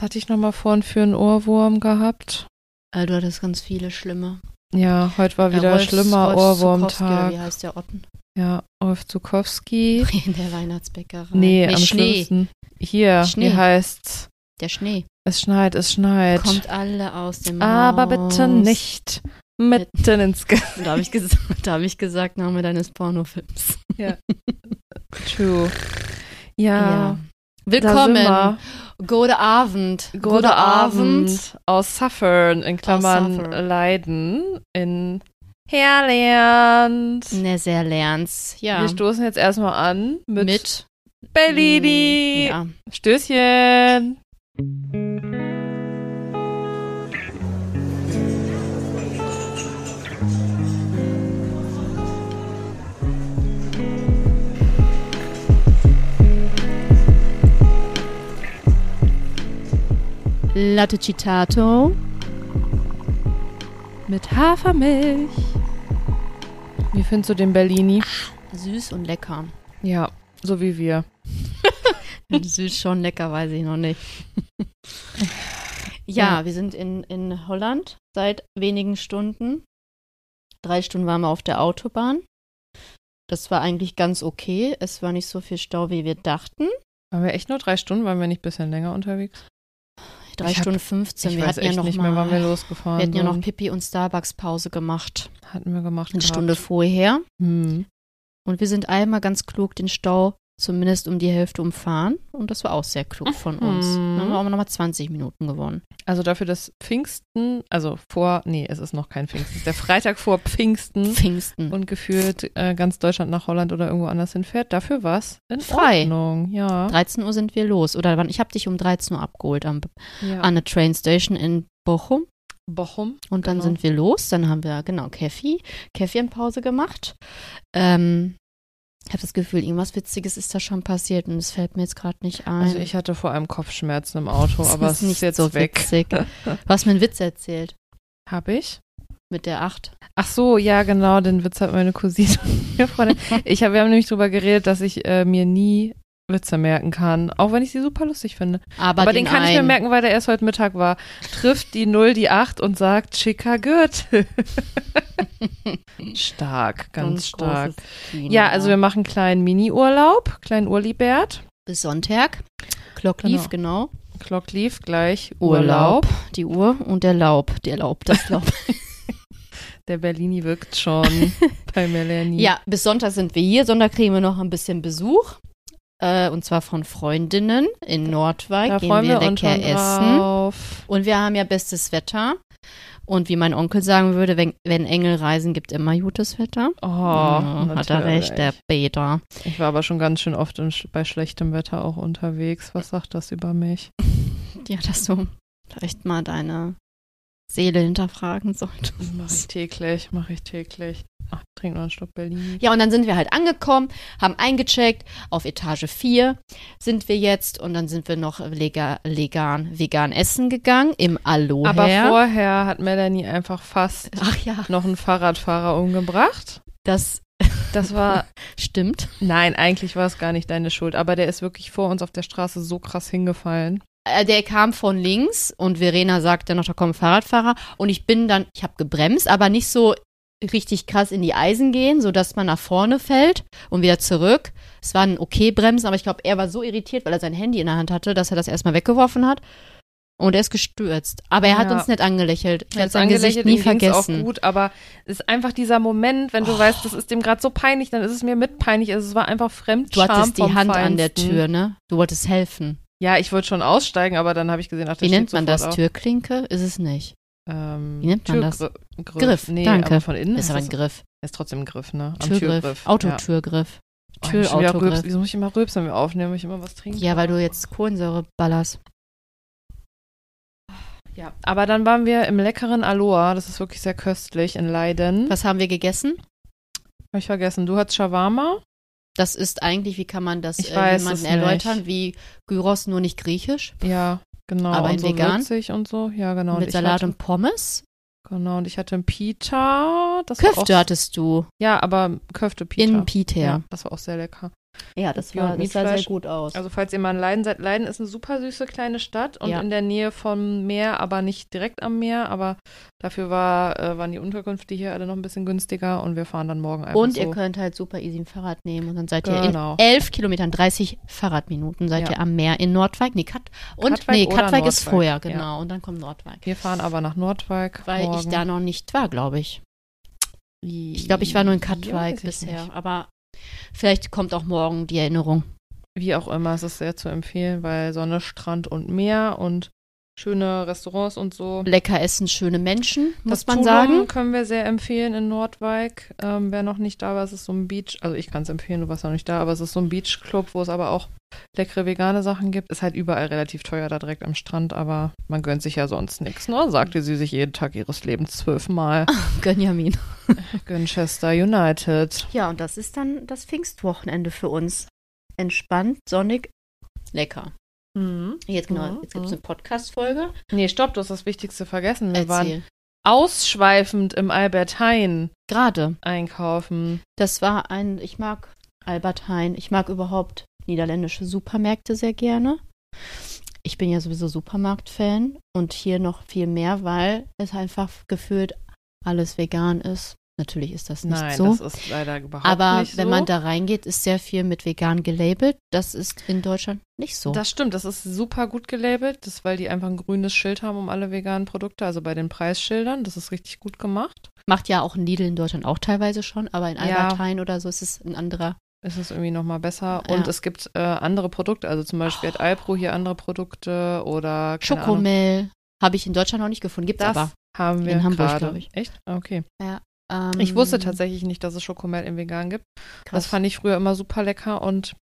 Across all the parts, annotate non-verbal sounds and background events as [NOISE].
hatte ich nochmal vorhin für einen Ohrwurm gehabt? Äh, du hattest ganz viele schlimme. Ja, heute war wieder Rolf- schlimmer Rolf Zukowski, oder Wie Ohrwurmtag. heißt der Otten? Ja, Rolf Zukowski. In [LAUGHS] der Weihnachtsbäckerei. Nee, am Schnee. schlimmsten. Hier, Schnee. hier heißt Der Schnee. es schneit, es schneit. Kommt alle aus dem aber Haus. bitte nicht mitten ins Gesicht. Da habe ich, ges [LAUGHS] da hab ich gesagt, Name deines Pornofilms. [LAUGHS] True. Ja, Willkommen. Da Gute Abend. sind wir. Guten Abend aus Suffern, in Klammern Suffern. Leiden, in Herrland. Ne, sehr lernst. Ja. Wir stoßen jetzt erstmal an mit, Mit. Bellini. Ja. Stößchen. Latte Citato. Mit Hafermilch. Wie findest du den Bellini? Süß und lecker. Ja, so wie wir. Süß schon lecker, weiß ich noch nicht. ja, wir sind in, in Holland seit wenigen Stunden. Drei Stunden waren wir auf der Autobahn. Das war eigentlich ganz okay. Es war nicht so viel Stau, wie wir dachten. Waren wir echt nur drei Stunden? Waren wir nicht ein bisschen länger unterwegs? Drei Ich hab- Stunden 15. ich wir weiß hatten ja echt noch nicht mal, mehr, wann wir losgefahren wir hatten ja noch sind. Pipi und Starbucks Pause gemacht. Hatten wir gemacht. Eine gehabt. Stunde vorher. Hm. Und wir sind einmal ganz klug den Stau zumindest um die Hälfte umfahren. Und das war auch sehr klug von uns. Mhm. Dann haben wir auch nochmal 20 Minuten gewonnen. Also dafür, dass Pfingsten, also vor, nee, es ist noch kein Pfingsten, es ist der Freitag vor Hm. Pfingsten Pfingsten. und gefühlt äh, ganz Deutschland nach Holland oder irgendwo anders hinfährt, dafür war es in Frei. Ordnung. Ja. 13 Uhr sind wir los. Oder wann? Ich habe dich um 13 Uhr abgeholt am, ja. an der Train Station in Bochum. Bochum. Und dann Genau. sind wir los. Dann haben wir, genau, Kaffee, Kaffeepause gemacht. Ähm, ich habe das Gefühl, irgendwas Witziges ist da schon passiert und es fällt mir jetzt gerade nicht ein. Also ich hatte vor allem Kopfschmerzen im Auto, Das aber es ist jetzt so weg. [LAUGHS] witzig. Du hast mir einen Witz erzählt Hab ich? mit der 8. Ach so, ja genau, den Witz hat meine Cousine [LAUGHS] mir [LAUGHS] Freundin. Ich hab, wir haben nämlich drüber geredet, dass ich äh, mir nie Witze merken kann, auch wenn ich sie super lustig finde. Aber, Aber den kann ich mir [LAUGHS] einen. merken, weil der erst heute Mittag war. Trifft die 0 die 8 und sagt schicker Gürtel. stark, ganz stark. großes Kino. Ja, also wir machen kleinen Mini-Urlaub, kleinen Urlibert. bis Sonntag. Glock lief, genau. Glock lief gleich Urlaub. Urlaub, die Uhr und der Laub. Der Laub, [LAUGHS] das Laub. Der Berlini wirkt [LAUGHS] schon bei Melanie. Ja, bis Sonntag sind wir hier. Sonntag kriegen wir noch ein bisschen Besuch. Äh, und zwar von Freundinnen in Nordwijk. da Gehen freuen wir wir uns lecker schon essen. drauf. Und wir haben ja bestes Wetter. Und wie mein Onkel sagen würde, wenn, wenn Engel reisen, gibt immer gutes Wetter. Oh, Mhm, hat er natürlich. recht, der Peter. Ich war aber schon ganz schön oft in, sch- bei schlechtem Wetter auch unterwegs. Was sagt das über mich? Ja, dass du vielleicht mal deine Seele hinterfragen Mache ich solltest. täglich, mache ich täglich. Ach, trink noch einen Schluck Berlini. Ja, und dann sind wir halt angekommen, haben eingecheckt, auf Etage 4 sind wir jetzt und dann sind wir noch lega, vegan, vegan essen gegangen im Aloha. Aber vorher hat Melanie einfach fast Ach ja, noch einen Fahrradfahrer umgebracht. das Das war, stimmt. nein, eigentlich war es gar nicht deine Schuld, aber der ist wirklich vor uns auf der Straße so krass hingefallen. Äh, Der kam von links und Verena sagte noch, da kommt ein Fahrradfahrer. Und ich bin dann, ich habe gebremst, aber nicht so richtig krass in die Eisen gehen, sodass man nach vorne fällt und wieder zurück. Es war ein okay Bremsen, aber ich glaube, er war so irritiert, weil er sein Handy in der Hand hatte, dass er das erstmal weggeworfen hat. Und er ist gestürzt. Aber er hat Ja. uns nicht angelächelt. Ich werde Jetzt sein Gesicht nie ihm ging's auch vergessen. gut, aber es ist einfach dieser Moment, wenn du weißt, das ist dem gerade so peinlich, dann ist es mir mit peinlich. Also es war einfach fremd. Du hattest die Hand an der Tür, ne? Du wolltest helfen. Ja, ich wollte schon aussteigen, aber dann habe ich gesehen, ach, der Wie steht nennt man sofort das? auf. Türklinke? Ist es nicht. Ähm, Wie nennt man das? Türgri- Griff. Griff, nee, danke. Aber von innen Ist aber ein Griff. Ist trotzdem ein Griff, ne? Am Türgriff. Türgriff. Ja. Autotürgriff. Oh, ich muss schon wieder rülpsen. Türautogriff. Wieso muss ich immer rülpsen, wenn wir aufnehmen? Muss ich immer was trinken? Ja, weil du jetzt Kohlensäure ballerst. Ja, aber dann waren wir im leckeren Aloha. Das ist wirklich sehr köstlich in Leiden. Was haben wir gegessen? Habe ich vergessen. Du hattest Shawarma. Das ist eigentlich, wie kann man das Ich äh, weiß es jemanden nicht. erläutern, wie Gyros nur nicht griechisch, Ja, genau. Aber und in so vegan? würzig und so. Ja, genau. und mit ich Salat hatte, und Pommes. Genau, und ich hatte ein Pita. Das war Köfte auch, hattest du Ja, aber Köfte Pita. in Peter. Ja, das war auch sehr lecker. Ja, das, Ja, war, das sah sehr Mietfleisch. gut aus. Also falls ihr mal in Leiden seid, Leiden ist eine super süße kleine Stadt und Ja. in der Nähe vom Meer, aber nicht direkt am Meer, aber dafür war, äh, waren die Unterkünfte hier alle noch ein bisschen günstiger und wir fahren dann morgen einfach und so. ihr könnt halt super easy ein Fahrrad nehmen und dann seid Genau. ihr in 11 Kilometern, 30 Fahrradminuten seid Ja. ihr am Meer in Nordwijk. Nee, Kat und, Katwijk nee, oder Katwijk ist Nordwijk, vorher, ja. genau. Und dann kommt Nordwijk. wir fahren aber nach Nordwijk. Weil morgen. ich da noch nicht war, glaube ich. Ich glaube, ich war nur in Katwijk bisher. Aber vielleicht kommt auch morgen die Erinnerung. Wie auch immer, es ist sehr zu empfehlen, weil Sonne, Strand und Meer und schöne Restaurants und so. Lecker essen, schöne Menschen, muss das man Tulum sagen. können wir sehr empfehlen in Nordwijk. Ähm, wer noch nicht da war, es ist so ein Beach, also ich kann es empfehlen, du warst noch nicht da, aber es ist so ein Beachclub, wo es aber auch leckere vegane Sachen gibt. Ist halt überall relativ teuer da direkt am Strand, aber man gönnt sich ja sonst nichts, ne? Sagte sie sich jeden Tag ihres Lebens zwölfmal. [LAUGHS] Gönjamin. Gönchester United. Ja, und das ist dann das Pfingstwochenende für uns. Entspannt, sonnig, lecker. Jetzt genau, Mhm, jetzt gibt es mhm. eine Podcast-Folge. Nee, stopp, du hast das Wichtigste vergessen. Wir waren Erzähl. ausschweifend im Albert Heijn Gerade. einkaufen. Das war ein, ich mag Albert Heijn, ich mag überhaupt niederländische Supermärkte sehr gerne. Ich bin ja sowieso Supermarkt-Fan und hier noch viel mehr, weil es einfach gefühlt alles vegan ist. Natürlich ist das nicht Nein, so. das ist leider überhaupt aber nicht so. wenn man da reingeht, ist sehr viel mit vegan gelabelt. Das ist in Deutschland nicht so. Das stimmt, das ist super gut gelabelt, das, weil die einfach ein grünes Schild haben um alle veganen Produkte, also bei den Preisschildern. Das ist richtig gut gemacht. Macht ja auch ein Lidl in Deutschland auch teilweise schon, aber in Ja. Albert Heijn oder so ist es ein anderer. Es ist irgendwie nochmal besser. Und Ah, Ja. Oh. es gibt äh, andere Produkte, also zum Beispiel hat Alpro hier andere Produkte oder keine Ahnung. Schokomel habe ich in Deutschland noch nicht gefunden, gibt es Das aber. haben wir in Hamburg, gerade. glaub ich. Echt? Okay. Ähm, Ich wusste tatsächlich nicht, dass es Schokomel in vegan gibt. Das krass. fand ich früher immer super lecker und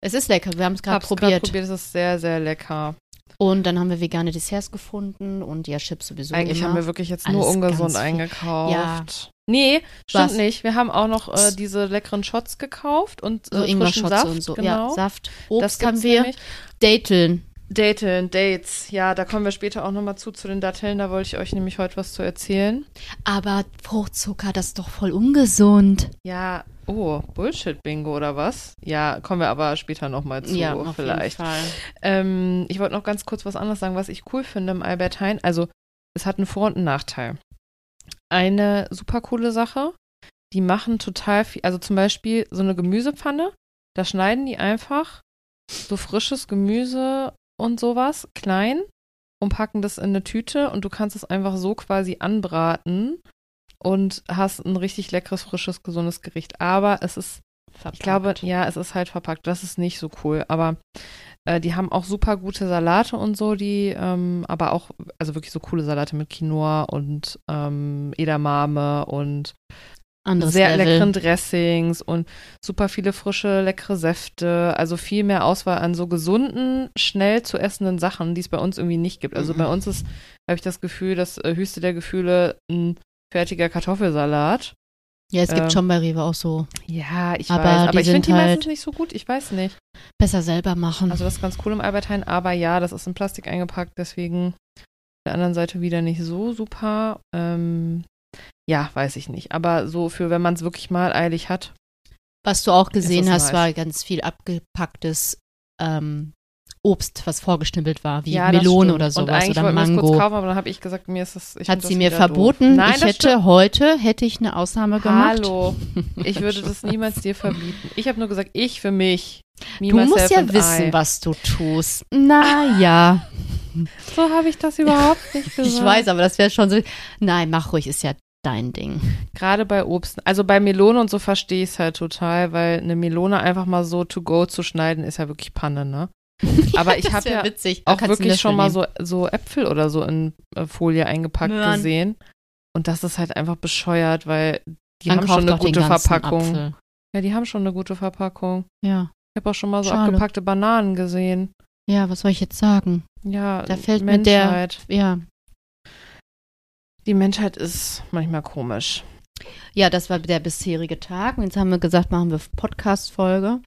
Es ist lecker, wir haben es gerade hab's gerade probiert. probiert. Es ist sehr, sehr lecker. Und dann haben wir vegane Desserts gefunden und ja, Chips sowieso Eigentlich immer. haben wir wirklich jetzt nur Alles ganz ungesund viel. eingekauft. Ja. Nee, stimmt Was? nicht. Wir haben auch noch äh, diese leckeren Shots gekauft und äh, so frischen Ingwer-Shots Saft. und so. Genau. Ja, Saft. das Obst gibt's haben wir. Nämlich. Dateln. Dateln, Dates. Ja, da kommen wir später auch nochmal zu, zu den Datteln. Da wollte ich euch nämlich heute was zu erzählen. Aber Fruchtzucker, das ist doch voll ungesund. Ja, oh, Bullshit-Bingo oder was? Ja, kommen wir aber später nochmal zu, ja, auf vielleicht. jeden Fall. Ähm, ich wollte noch ganz kurz was anderes sagen, was ich cool finde im Albert Heijn. Also, es hat einen Vor- und einen Nachteil. Eine super coole Sache, die machen total viel, also zum Beispiel so eine Gemüsepfanne, da schneiden die einfach so frisches Gemüse und sowas klein und packen das in eine Tüte und du kannst es einfach so quasi anbraten und hast ein richtig leckeres, frisches, gesundes Gericht. Aber es ist ich glaube, ja, es ist halt verpackt. Das ist nicht so cool. Aber äh, die haben auch super gute Salate und so, die, ähm, aber auch, also wirklich so coole Salate mit Quinoa und ähm, Edamame und Anderes sehr Level. leckeren Dressings und super viele frische, leckere Säfte. Also viel mehr Auswahl an so gesunden, schnell zu essenden Sachen, die es bei uns irgendwie nicht gibt. Also Mhm. bei uns ist, habe ich das Gefühl, das äh, höchste der Gefühle, ein fertiger Kartoffelsalat. Ja, es gibt ähm, schon bei Rewe auch so. Ja, ich Aber weiß, die aber ich finde sind die meistens halt- nicht so gut. Ich weiß nicht. Besser selber machen. Also das ist ganz cool im Albert Heijn, aber ja, das ist in Plastik eingepackt, deswegen auf der anderen Seite wieder nicht so super. Ähm, ja, weiß ich nicht. Aber so für, wenn man es wirklich mal eilig hat. Was du auch Ist gesehen das hast, nice. war ganz viel abgepacktes ähm, Obst, was vorgeschnippelt war, wie ja, das Melone stimmt. oder Und sowas eigentlich oder wollten wir es Mango. kurz kaufen, aber dann habe ich gesagt, mir ist das. Ich Hat find sie das mir wieder doof. verboten. Nein, ich das hätte heute hätte ich eine Ausnahme stimmt. gemacht. Hallo, [LAUGHS] ich würde das niemals dir verbieten. Ich habe nur gesagt, ich für mich. Me, Du musst myself ja and wissen, I. was du tust. [LAUGHS] Naja, So habe ich das überhaupt nicht gesagt. ich weiß, aber das wäre schon so. Nein, mach ruhig, ist ja dein Ding. Gerade bei Obst, also bei Melone und so verstehe ich es halt total, weil eine Melone einfach mal so to go zu schneiden ist ja wirklich Panne, ne? [LAUGHS] Aber ich Das habe wär ja witzig. Da auch kannst du einen wirklich schon mal Löffel so, so Äpfel oder so in äh, Folie eingepackt Möhren. gesehen. Und das ist halt einfach bescheuert, weil die nehmen. Dann haben schon kauf eine doch den gute ganzen Verpackung. Apfel. Ja, die haben schon eine gute Verpackung. Ja. Ich habe auch schon mal so Schade. abgepackte Bananen gesehen. ja, was soll ich jetzt sagen? Ja, Da fällt mir der- Menschheit. Ja. Die Menschheit ist manchmal komisch. ja, das war der bisherige Tag. Und jetzt haben wir gesagt, machen wir Podcast-Folge.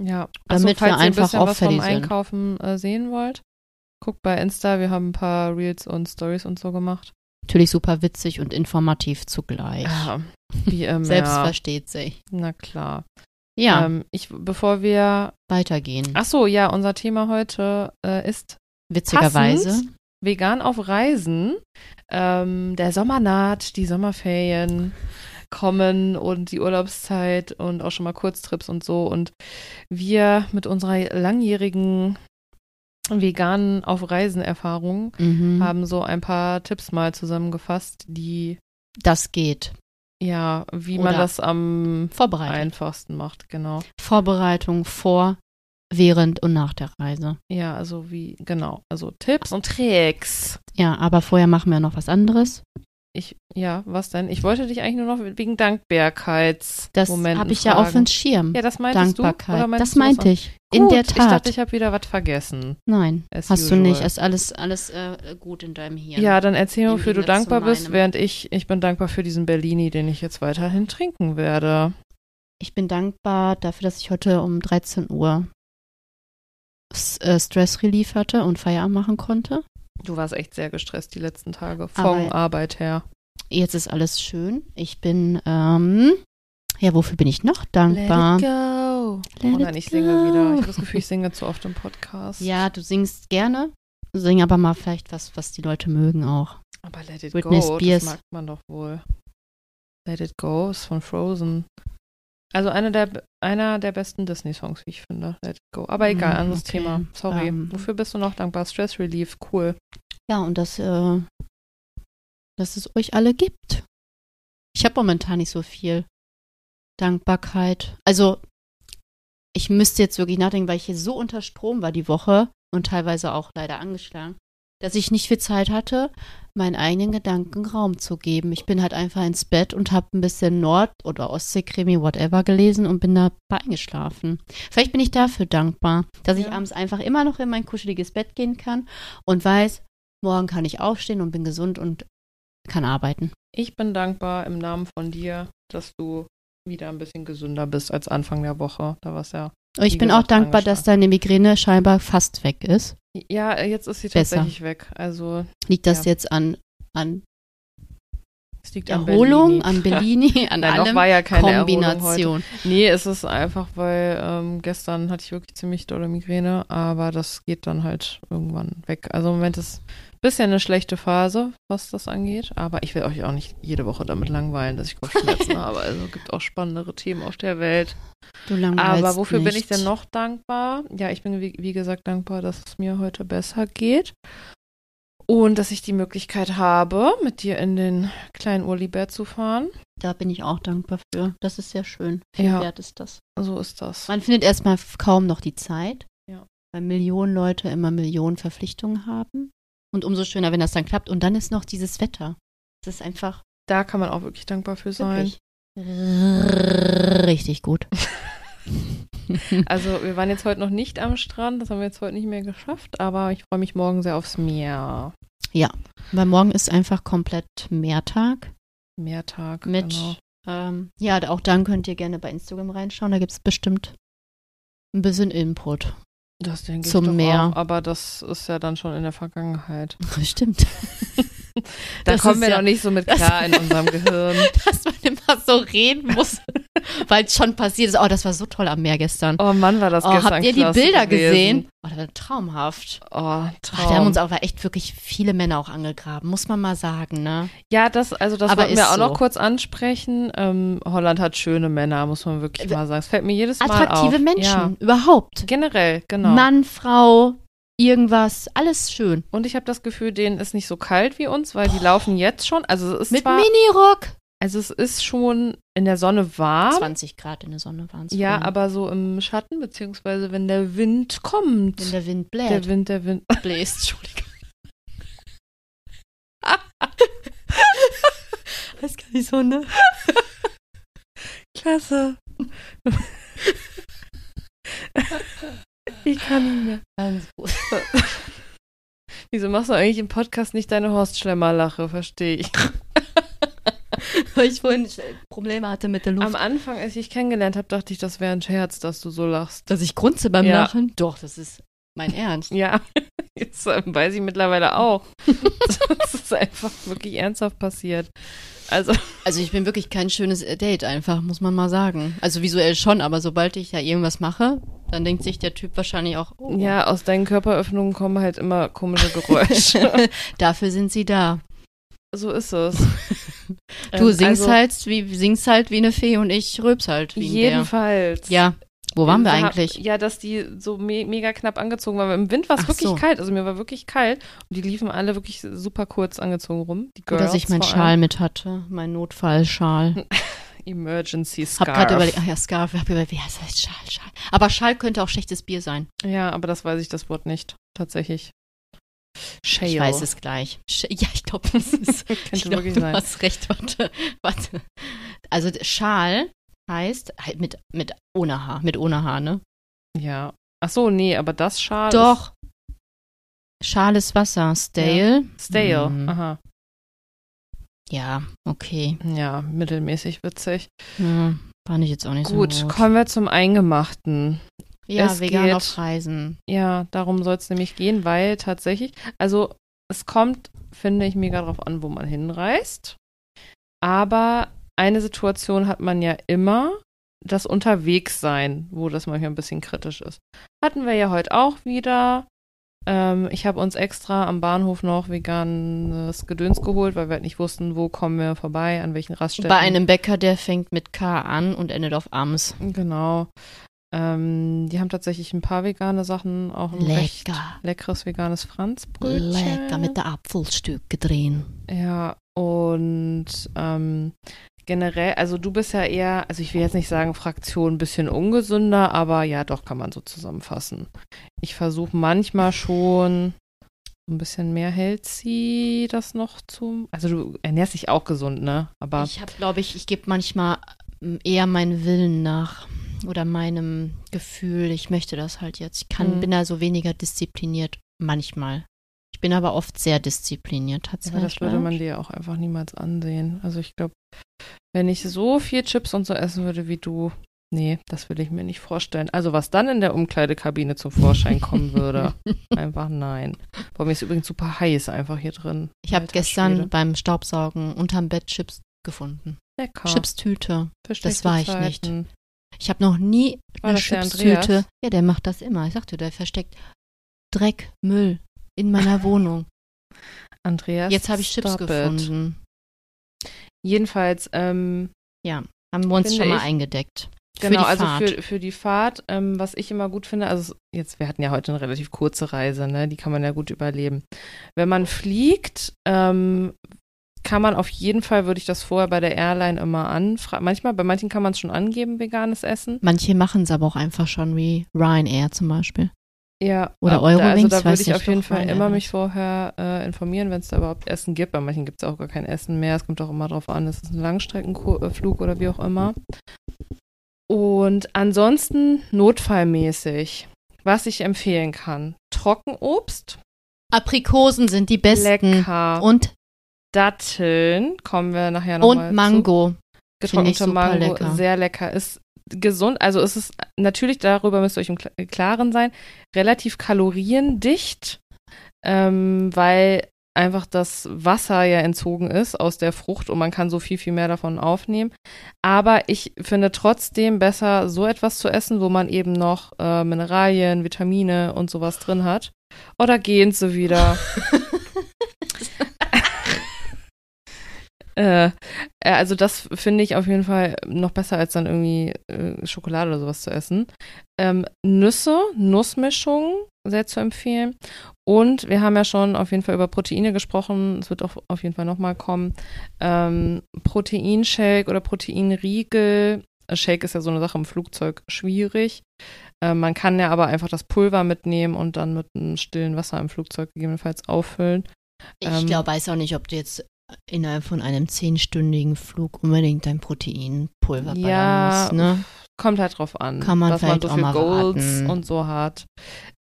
Ja, Also, Damit wir falls ihr ein einfach bisschen was vom auffällig sind. Einkaufen äh, sehen wollt, guckt bei Insta, wir haben ein paar Reels und Stories und so gemacht. Natürlich super witzig Ah, [LAUGHS] und informativ zugleich. Ja, wie immer. Selbst versteht sich. Na klar. Ja, Ähm, ich, bevor wir. weitergehen. Ach so, ja, unser Thema heute äh, ist Witzigerweise. vegan auf Reisen. Ähm, der Sommer naht, die Sommerferien kommen und die Urlaubszeit und auch schon mal Kurztrips und so. Und wir mit unserer langjährigen veganen auf Reisen Erfahrung Mhm. haben so ein paar Tipps mal zusammengefasst, die Das geht. ja, wie man Oder- das am Vorbereitung. einfachsten macht, genau. Vorbereitung vor, während und nach der Reise. Ja, also wie, genau. Also Tipps und Tricks. Ja, aber vorher machen wir noch was anderes. Ich, ja, was denn? Ich wollte dich eigentlich nur noch wegen Dankbarkeits. Das Momenten habe ich ja auf fragen. dem Schirm. Ja, das meintest du? Oder Dankbarkeit. meintest Das du was meinte ich. an- In Gut, der Ich dachte, Tat. ich habe wieder was vergessen. Nein, As hast du usual. nicht. Ist alles, alles äh, gut in deinem Hirn. ja, dann erzähl mir, Im wofür du Gegensatz zu dankbar bist, meinem. während ich, ich bin dankbar für diesen Bellini, den ich jetzt weiterhin trinken werde. Ich bin dankbar dafür, dass ich heute um 13 Uhr S äh, Stress Relief hatte und Feierabend machen konnte. Du warst echt sehr gestresst die letzten Tage. Von Aber- Arbeit her. Jetzt ist alles schön. Ich bin, ähm, ja, wofür bin ich noch dankbar? go. Let Oh nein, it ich singe wieder. Ich go. habe das Gefühl, ich singe zu oft im Podcast. Ja, du singst gerne. Sing aber mal vielleicht was, was die Leute mögen auch. Aber Let It Britney Go, Spears. das mag man doch wohl. Let It Go ist von Frozen. Also einer der, einer der besten Disney-Songs, wie ich finde. Let It Go. Aber egal, Mm, anderes okay. Thema. Sorry. Ähm. Wofür bist du noch dankbar? Stress Relief, cool. Ja, und dass, äh, dass es euch alle gibt. Ich habe momentan nicht so viel Dankbarkeit. Also, ich müsste jetzt wirklich nachdenken, weil ich hier so unter Strom war die Woche und teilweise auch leider angeschlagen, dass ich nicht viel Zeit hatte, meinen eigenen Gedanken Raum zu geben. Ich bin halt einfach ins Bett und habe ein bisschen Nord- oder Ostseekrimi, whatever, gelesen und bin dabei eingeschlafen. Vielleicht bin ich dafür dankbar, dass ich Ja. abends einfach immer noch in mein kuscheliges Bett gehen kann und weiß, morgen kann ich aufstehen und bin gesund und kann arbeiten. Ich bin dankbar im Namen von dir, dass du wieder ein bisschen gesünder bist als Anfang der Woche. Da war's ja. Und ich Wie bin gesagt, auch dankbar, angeschlagen. dass deine Migräne scheinbar fast weg ist. Ja, jetzt ist sie Besser. tatsächlich weg. Also Liegt das Ja. jetzt an, an es liegt Erholung, an an Bellini. [LAUGHS] Bellini, an Nein, noch allem? war ja keine Erholung heute. Kombination. Nee, es ist einfach, weil ähm, gestern hatte ich wirklich ziemlich dolle Migräne, aber das geht dann halt irgendwann weg. Also im Moment ist ein bisschen eine schlechte Phase, was das angeht, aber ich will euch auch nicht jede Woche damit langweilen, dass ich [LAUGHS] Kopfschmerzen habe. Also gibt auch spannendere Themen auf der Welt. Du langweilst Aber wofür bin ich nicht. denn noch dankbar? Ja, ich bin wie, wie gesagt dankbar, dass es mir heute besser geht. Und dass ich die Möglichkeit habe, mit dir in den kleinen Urlibert zu fahren. Da bin ich auch dankbar für. Das ist sehr schön. Viel Ja, wert ist das. so ist das. Man findet erstmal f- kaum noch die Zeit, Ja. weil Millionen Leute immer Millionen Verpflichtungen haben. Und umso schöner, wenn das dann klappt. Und dann ist noch dieses Wetter. Das ist einfach Da kann man auch wirklich dankbar für sein. wirklich [LAUGHS] richtig gut. [LAUGHS] Also wir waren jetzt heute noch nicht am Strand, das haben wir jetzt heute nicht mehr geschafft, aber ich freue mich morgen sehr aufs Meer. Weil morgen ist einfach komplett Mehrtag Meertag. mit. Genau. Ähm, ja, auch dann könnt ihr gerne bei Instagram reinschauen. Da gibt es bestimmt ein [LAUGHS] bisschen Input. Das denke zum ich doch Meer. Auch, aber das ist ja dann schon in der Vergangenheit. [LAUGHS] Stimmt. Da Das kommen ist wir ja- noch nicht so mit [LAUGHS] das- klar in unserem Gehirn. [LAUGHS] Dass man immer so reden [LAUGHS] muss, weil es schon passiert ist. Oh, das war so toll am Meer gestern. Oh Mann, war das Oh, gestern habt ihr die klasse Bilder gewesen. gesehen? Oh, das war traumhaft. Oh, Ach, da haben Traum. uns auch echt wirklich viele Männer auch angegraben, muss man mal sagen, ne? ja, das, also das Aber wollten wir ist auch noch so. kurz ansprechen. Ähm, Holland hat schöne Männer, muss man wirklich Äh, mal sagen. Es fällt mir jedes Mal Attraktive auf. Menschen, Ja. überhaupt. Generell, genau. Mann, Frau, irgendwas, alles schön. Und ich habe das Gefühl, denen ist nicht so kalt wie uns, weil die laufen jetzt schon. Also es ist Mit zwar, Minirock. also es ist schon in der Sonne warm. 20 Grad in der Sonne waren es. Ja, aber so im Schatten, beziehungsweise wenn der Wind kommt. Wenn der Wind der, bläht. Wind, der Wind. [LAUGHS] [LAUGHS] bläst, Entschuldigung. Weiß gar nicht so, ne? Klasse. ich kann nicht mehr. Ganz gut. Wieso machst du eigentlich im Podcast nicht deine Horst Schlemmer-Lache? Verstehe ich. Weil ich vorhin Probleme hatte mit der Luft. Am Anfang, als ich dich kennengelernt habe, dachte ich, das wäre ein Scherz, dass du so lachst. dass ich grunze beim Ja. Lachen? Doch, das ist mein Ernst. Ja. [LAUGHS] Jetzt äh, weiß ich mittlerweile [LAUGHS] auch. das ist einfach wirklich ernsthaft passiert. Also, Also ich bin wirklich kein schönes äh, Date einfach, muss man mal sagen. Also visuell schon, aber sobald ich da irgendwas mache, dann denkt sich der Typ wahrscheinlich auch, oh, ja, aus deinen Körperöffnungen kommen halt immer komische Geräusche. [LAUGHS] [LAUGHS] dafür sind sie da. so ist es. Du Ähm, singst also halt wie singst halt wie eine Fee und ich rülps halt wie ein Bär. Jedenfalls. Ja. Wo waren Ja, wir eigentlich? Ja, dass die so me mega knapp angezogen waren. Im Wind war es Ach wirklich so. kalt. Also mir war wirklich kalt. Und die liefen alle wirklich super kurz angezogen rum. Die Gut, Girls dass ich meinen vor Schal mit hatte, meinen Notfallschal. allem. Emergency Hab Scarf. gerade überlegt, ach ja, Scarf, hab überlegt, wie heißt das? Schal, Schal. Aber Schal könnte auch schlechtes Bier sein. ja, aber das weiß ich das Wort nicht. Tatsächlich. Shale. Ich weiß es gleich. Sch ja, ich glaube, [LAUGHS] das ist. ich Könnte glaub, wirklich du sein. hast recht. Warte, warte. Also d- Schal heißt halt mit, mit ohne Haar, mit ohne Haar, ne? Ja. Ach so, nee, aber das Schal Doch. Schales Wasser, stale. ist stale. Hm. Aha. Ja, okay. Ja, mittelmäßig witzig. Hm, fand ich jetzt auch nicht Gut, so gut. kommen wir zum Eingemachten. Ja, es vegan geht. auf Reisen. Ja, darum soll es nämlich gehen, weil tatsächlich, also es kommt, finde ich, mega drauf an, wo man hinreist. Aber eine Situation hat man ja immer, das Unterwegssein, wo das manchmal ein bisschen kritisch ist. Hatten wir ja heute auch wieder. Ähm, ich habe uns extra am Bahnhof noch veganes Gedöns geholt, weil wir halt nicht wussten, wo kommen wir vorbei, an welchen Raststätten. Bei einem Bäcker, der fängt mit K an und endet auf Ams. Genau. Ähm, die haben tatsächlich ein paar vegane Sachen, auch ein recht Lecker. leckeres veganes Franzbrötchen. Lecker mit der Apfelstücke drin. Ja, und ähm, generell, also du bist ja eher, also ich will jetzt nicht sagen Fraktion ein bisschen ungesünder, aber ja, doch kann man so zusammenfassen. Ich versuche manchmal schon ein bisschen mehr healthy das noch zum, also du ernährst dich auch gesund, ne? Aber Ich habe, glaube ich, ich gebe manchmal ähm, eher meinen Willen nach oder meinem Gefühl. Ich möchte das halt jetzt. Ich kann, Mhm. bin da so weniger diszipliniert manchmal. Ich bin aber oft sehr diszipliniert Aber tatsächlich. ne? das würde man dir auch einfach niemals ansehen. Also ich glaube, wenn ich so viel Chips und so essen würde wie du, nee, das will ich mir nicht vorstellen. Also was dann in der Umkleidekabine zum Vorschein kommen [LAUGHS] würde, einfach nein. Bei mir ist übrigens super heiß einfach hier drin. ich habe Alter gestern Schwede. beim Staubsaugen unterm Bett Chips gefunden. lecker. Chipstüte. Für das schlechte war ich nicht. Zeiten. Ich habe noch nie War eine das der Chipstüte. Andreas? Ja, der macht das immer. Ich sagte, der versteckt Dreck, Müll in [LAUGHS] meiner Wohnung. Andreas, Jetzt habe ich Chips stop it. gefunden. Jedenfalls, ähm, Haben wir uns Finde schon mal ich. eingedeckt. Genau, für die also Fahrt. Für, für die Fahrt, ähm, was ich immer gut finde, also es- jetzt, wir hatten ja heute eine relativ kurze Reise, ne? Die kann man ja gut überleben. Wenn man fliegt, ähm, kann man auf jeden Fall, würde ich das vorher bei der Airline immer anfragen. Manchmal, bei manchen kann man es schon angeben, veganes Essen. Manche machen es aber auch einfach schon, wie Ryanair zum Beispiel. Ja. Oder ab da- Also Eurowings, da weiß würde ich nicht, auf jeden doch, Fall meine immer Airline. mich vorher äh, informieren, wenn es da überhaupt Essen gibt. Bei manchen gibt es auch gar kein Essen mehr. Es kommt auch immer drauf an, ist es ein Langstreckenflug äh, oder wie auch immer. Und ansonsten notfallmäßig, was ich empfehlen kann, Trockenobst, Aprikosen sind die besten. lecker, Und, Datteln, kommen wir nachher nochmal und Mango. Finde ich getrocknete super Mango lecker. sehr lecker ist. Gesund, also es ist natürlich, darüber müsst ihr euch im Kla- äh, Klaren sein, relativ kaloriendicht, ähm, weil einfach das Wasser ja entzogen ist aus der Frucht und man kann so viel, viel mehr davon aufnehmen. Aber ich finde trotzdem besser, so etwas zu essen, wo man eben noch äh, Mineralien, Vitamine und sowas drin hat. Oder gehen sie wieder. [LAUGHS] äh, äh, also das finde ich auf jeden Fall noch besser, als dann irgendwie äh, Schokolade oder sowas zu essen. Ähm, Nüsse, Nussmischung, sehr zu empfehlen. Und wir haben ja schon auf jeden Fall über Proteine gesprochen. Es wird auch auf jeden Fall nochmal kommen. Ähm, Proteinshake oder Proteinriegel. Äh, Shake ist ja so eine Sache im Flugzeug schwierig. Äh, man kann ja aber einfach das Pulver mitnehmen und dann mit einem stillen Wasser im Flugzeug gegebenenfalls auffüllen. [LAUGHS] Ich Ähm, glaub, weiß auch nicht, ob du jetzt innerhalb von einem zehnstündigen Flug unbedingt dein Proteinpulver Ja, ballern musst. Ne? Kommt halt drauf an, Kann man dass man vielleicht so auch viel mal Goals warten. und so hat.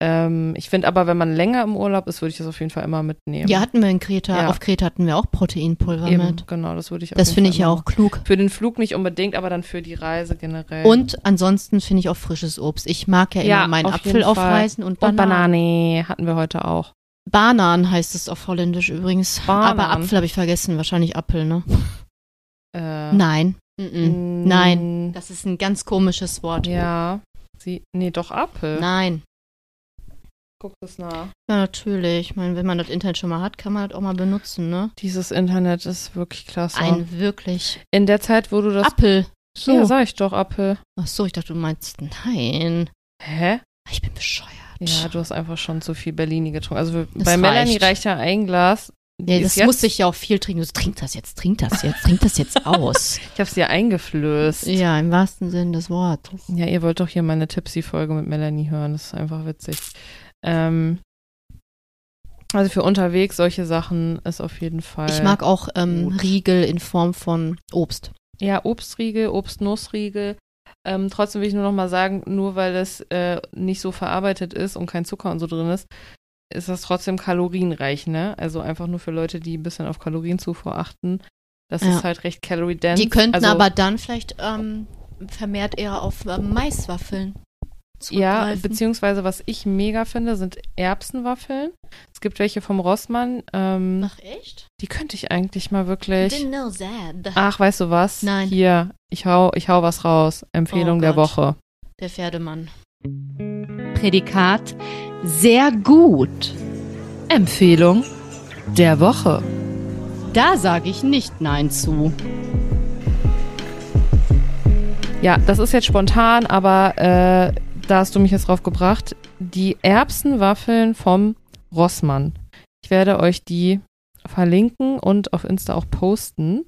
Ähm, ich finde aber, wenn man länger im Urlaub ist, würde ich das auf jeden Fall immer mitnehmen. Ja, hatten wir in Kreta, Ja. auf Kreta hatten wir auch Proteinpulver Eben, mit. genau, das würde ich auf Das jeden finde Fall ich ja immer auch klug. machen. Für den Flug nicht unbedingt, aber dann für die Reise generell. Und ansonsten finde ich auch frisches Obst. Ich mag ja immer Ja, meinen auf Apfel jeden Fall. aufreißen und Und Bananen. Banane hatten wir heute auch. Banan heißt es auf Holländisch übrigens. Banan. Aber Apfel habe ich vergessen, wahrscheinlich Apfel, ne? Äh, Nein. Mm-mm. mm, Nein. Das ist ein ganz komisches Wort. Ja. Sie, nee, doch Apfel. Nein. Guck das nach. Ja, natürlich. Ich meine, wenn man das Internet schon mal hat, kann man das auch mal benutzen, ne? Dieses Internet ist wirklich klasse. Ein wirklich In der Zeit, wo du das. Apfel. So. Ja, sag ich doch Apfel. Ach so, ich dachte, du meinst nein. Hä? Ich bin bescheuert. Ja, du hast einfach schon zu viel Berlini getrunken. Also wir- Das bei Melanie reicht. reicht ja ein Glas. Die Ja, ist das musste ich ja auch viel trinken. Du so, trink das jetzt, trink das jetzt, trink das jetzt aus. Ich hab's dir eingeflößt. [LAUGHS] ja, im wahrsten Sinne des Wortes. Ja, ihr wollt doch hier meine Tipsy-Folge mit Melanie hören. Das ist einfach witzig. Ähm, also für unterwegs solche Sachen ist auf jeden Fall. Ich mag auch ähm, Gut. Riegel in Form von Obst. Ja, Obstriegel, Obstnussriegel. Ähm, trotzdem will ich nur noch mal sagen, nur weil es äh, nicht so verarbeitet ist und kein Zucker und so drin ist, ist das trotzdem kalorienreich, ne? Also einfach nur für Leute, die ein bisschen auf Kalorienzufuhr achten. Das Ja. ist halt recht calorie dense. Die könnten also, aber dann vielleicht ähm, vermehrt eher auf äh, Maiswaffeln Ja, zurückgreifen. beziehungsweise was ich mega finde, sind Erbsenwaffeln. Es gibt welche vom Rossmann. Ähm, Ach echt? Genau, die könnte ich eigentlich mal wirklich. Didn't know that. Ach, weißt du was? Nein. Hier, ich hau, ich hau was raus. Empfehlung Oh der Gott. Woche. Der Pferdemann. Prädikat sehr gut. Empfehlung der Woche. Da sage ich nicht Nein zu. Ja, das ist jetzt spontan, aber äh, da hast du mich jetzt drauf gebracht. Die Erbsenwaffeln vom Rossmann. Ich werde euch die verlinken und auf Insta auch posten.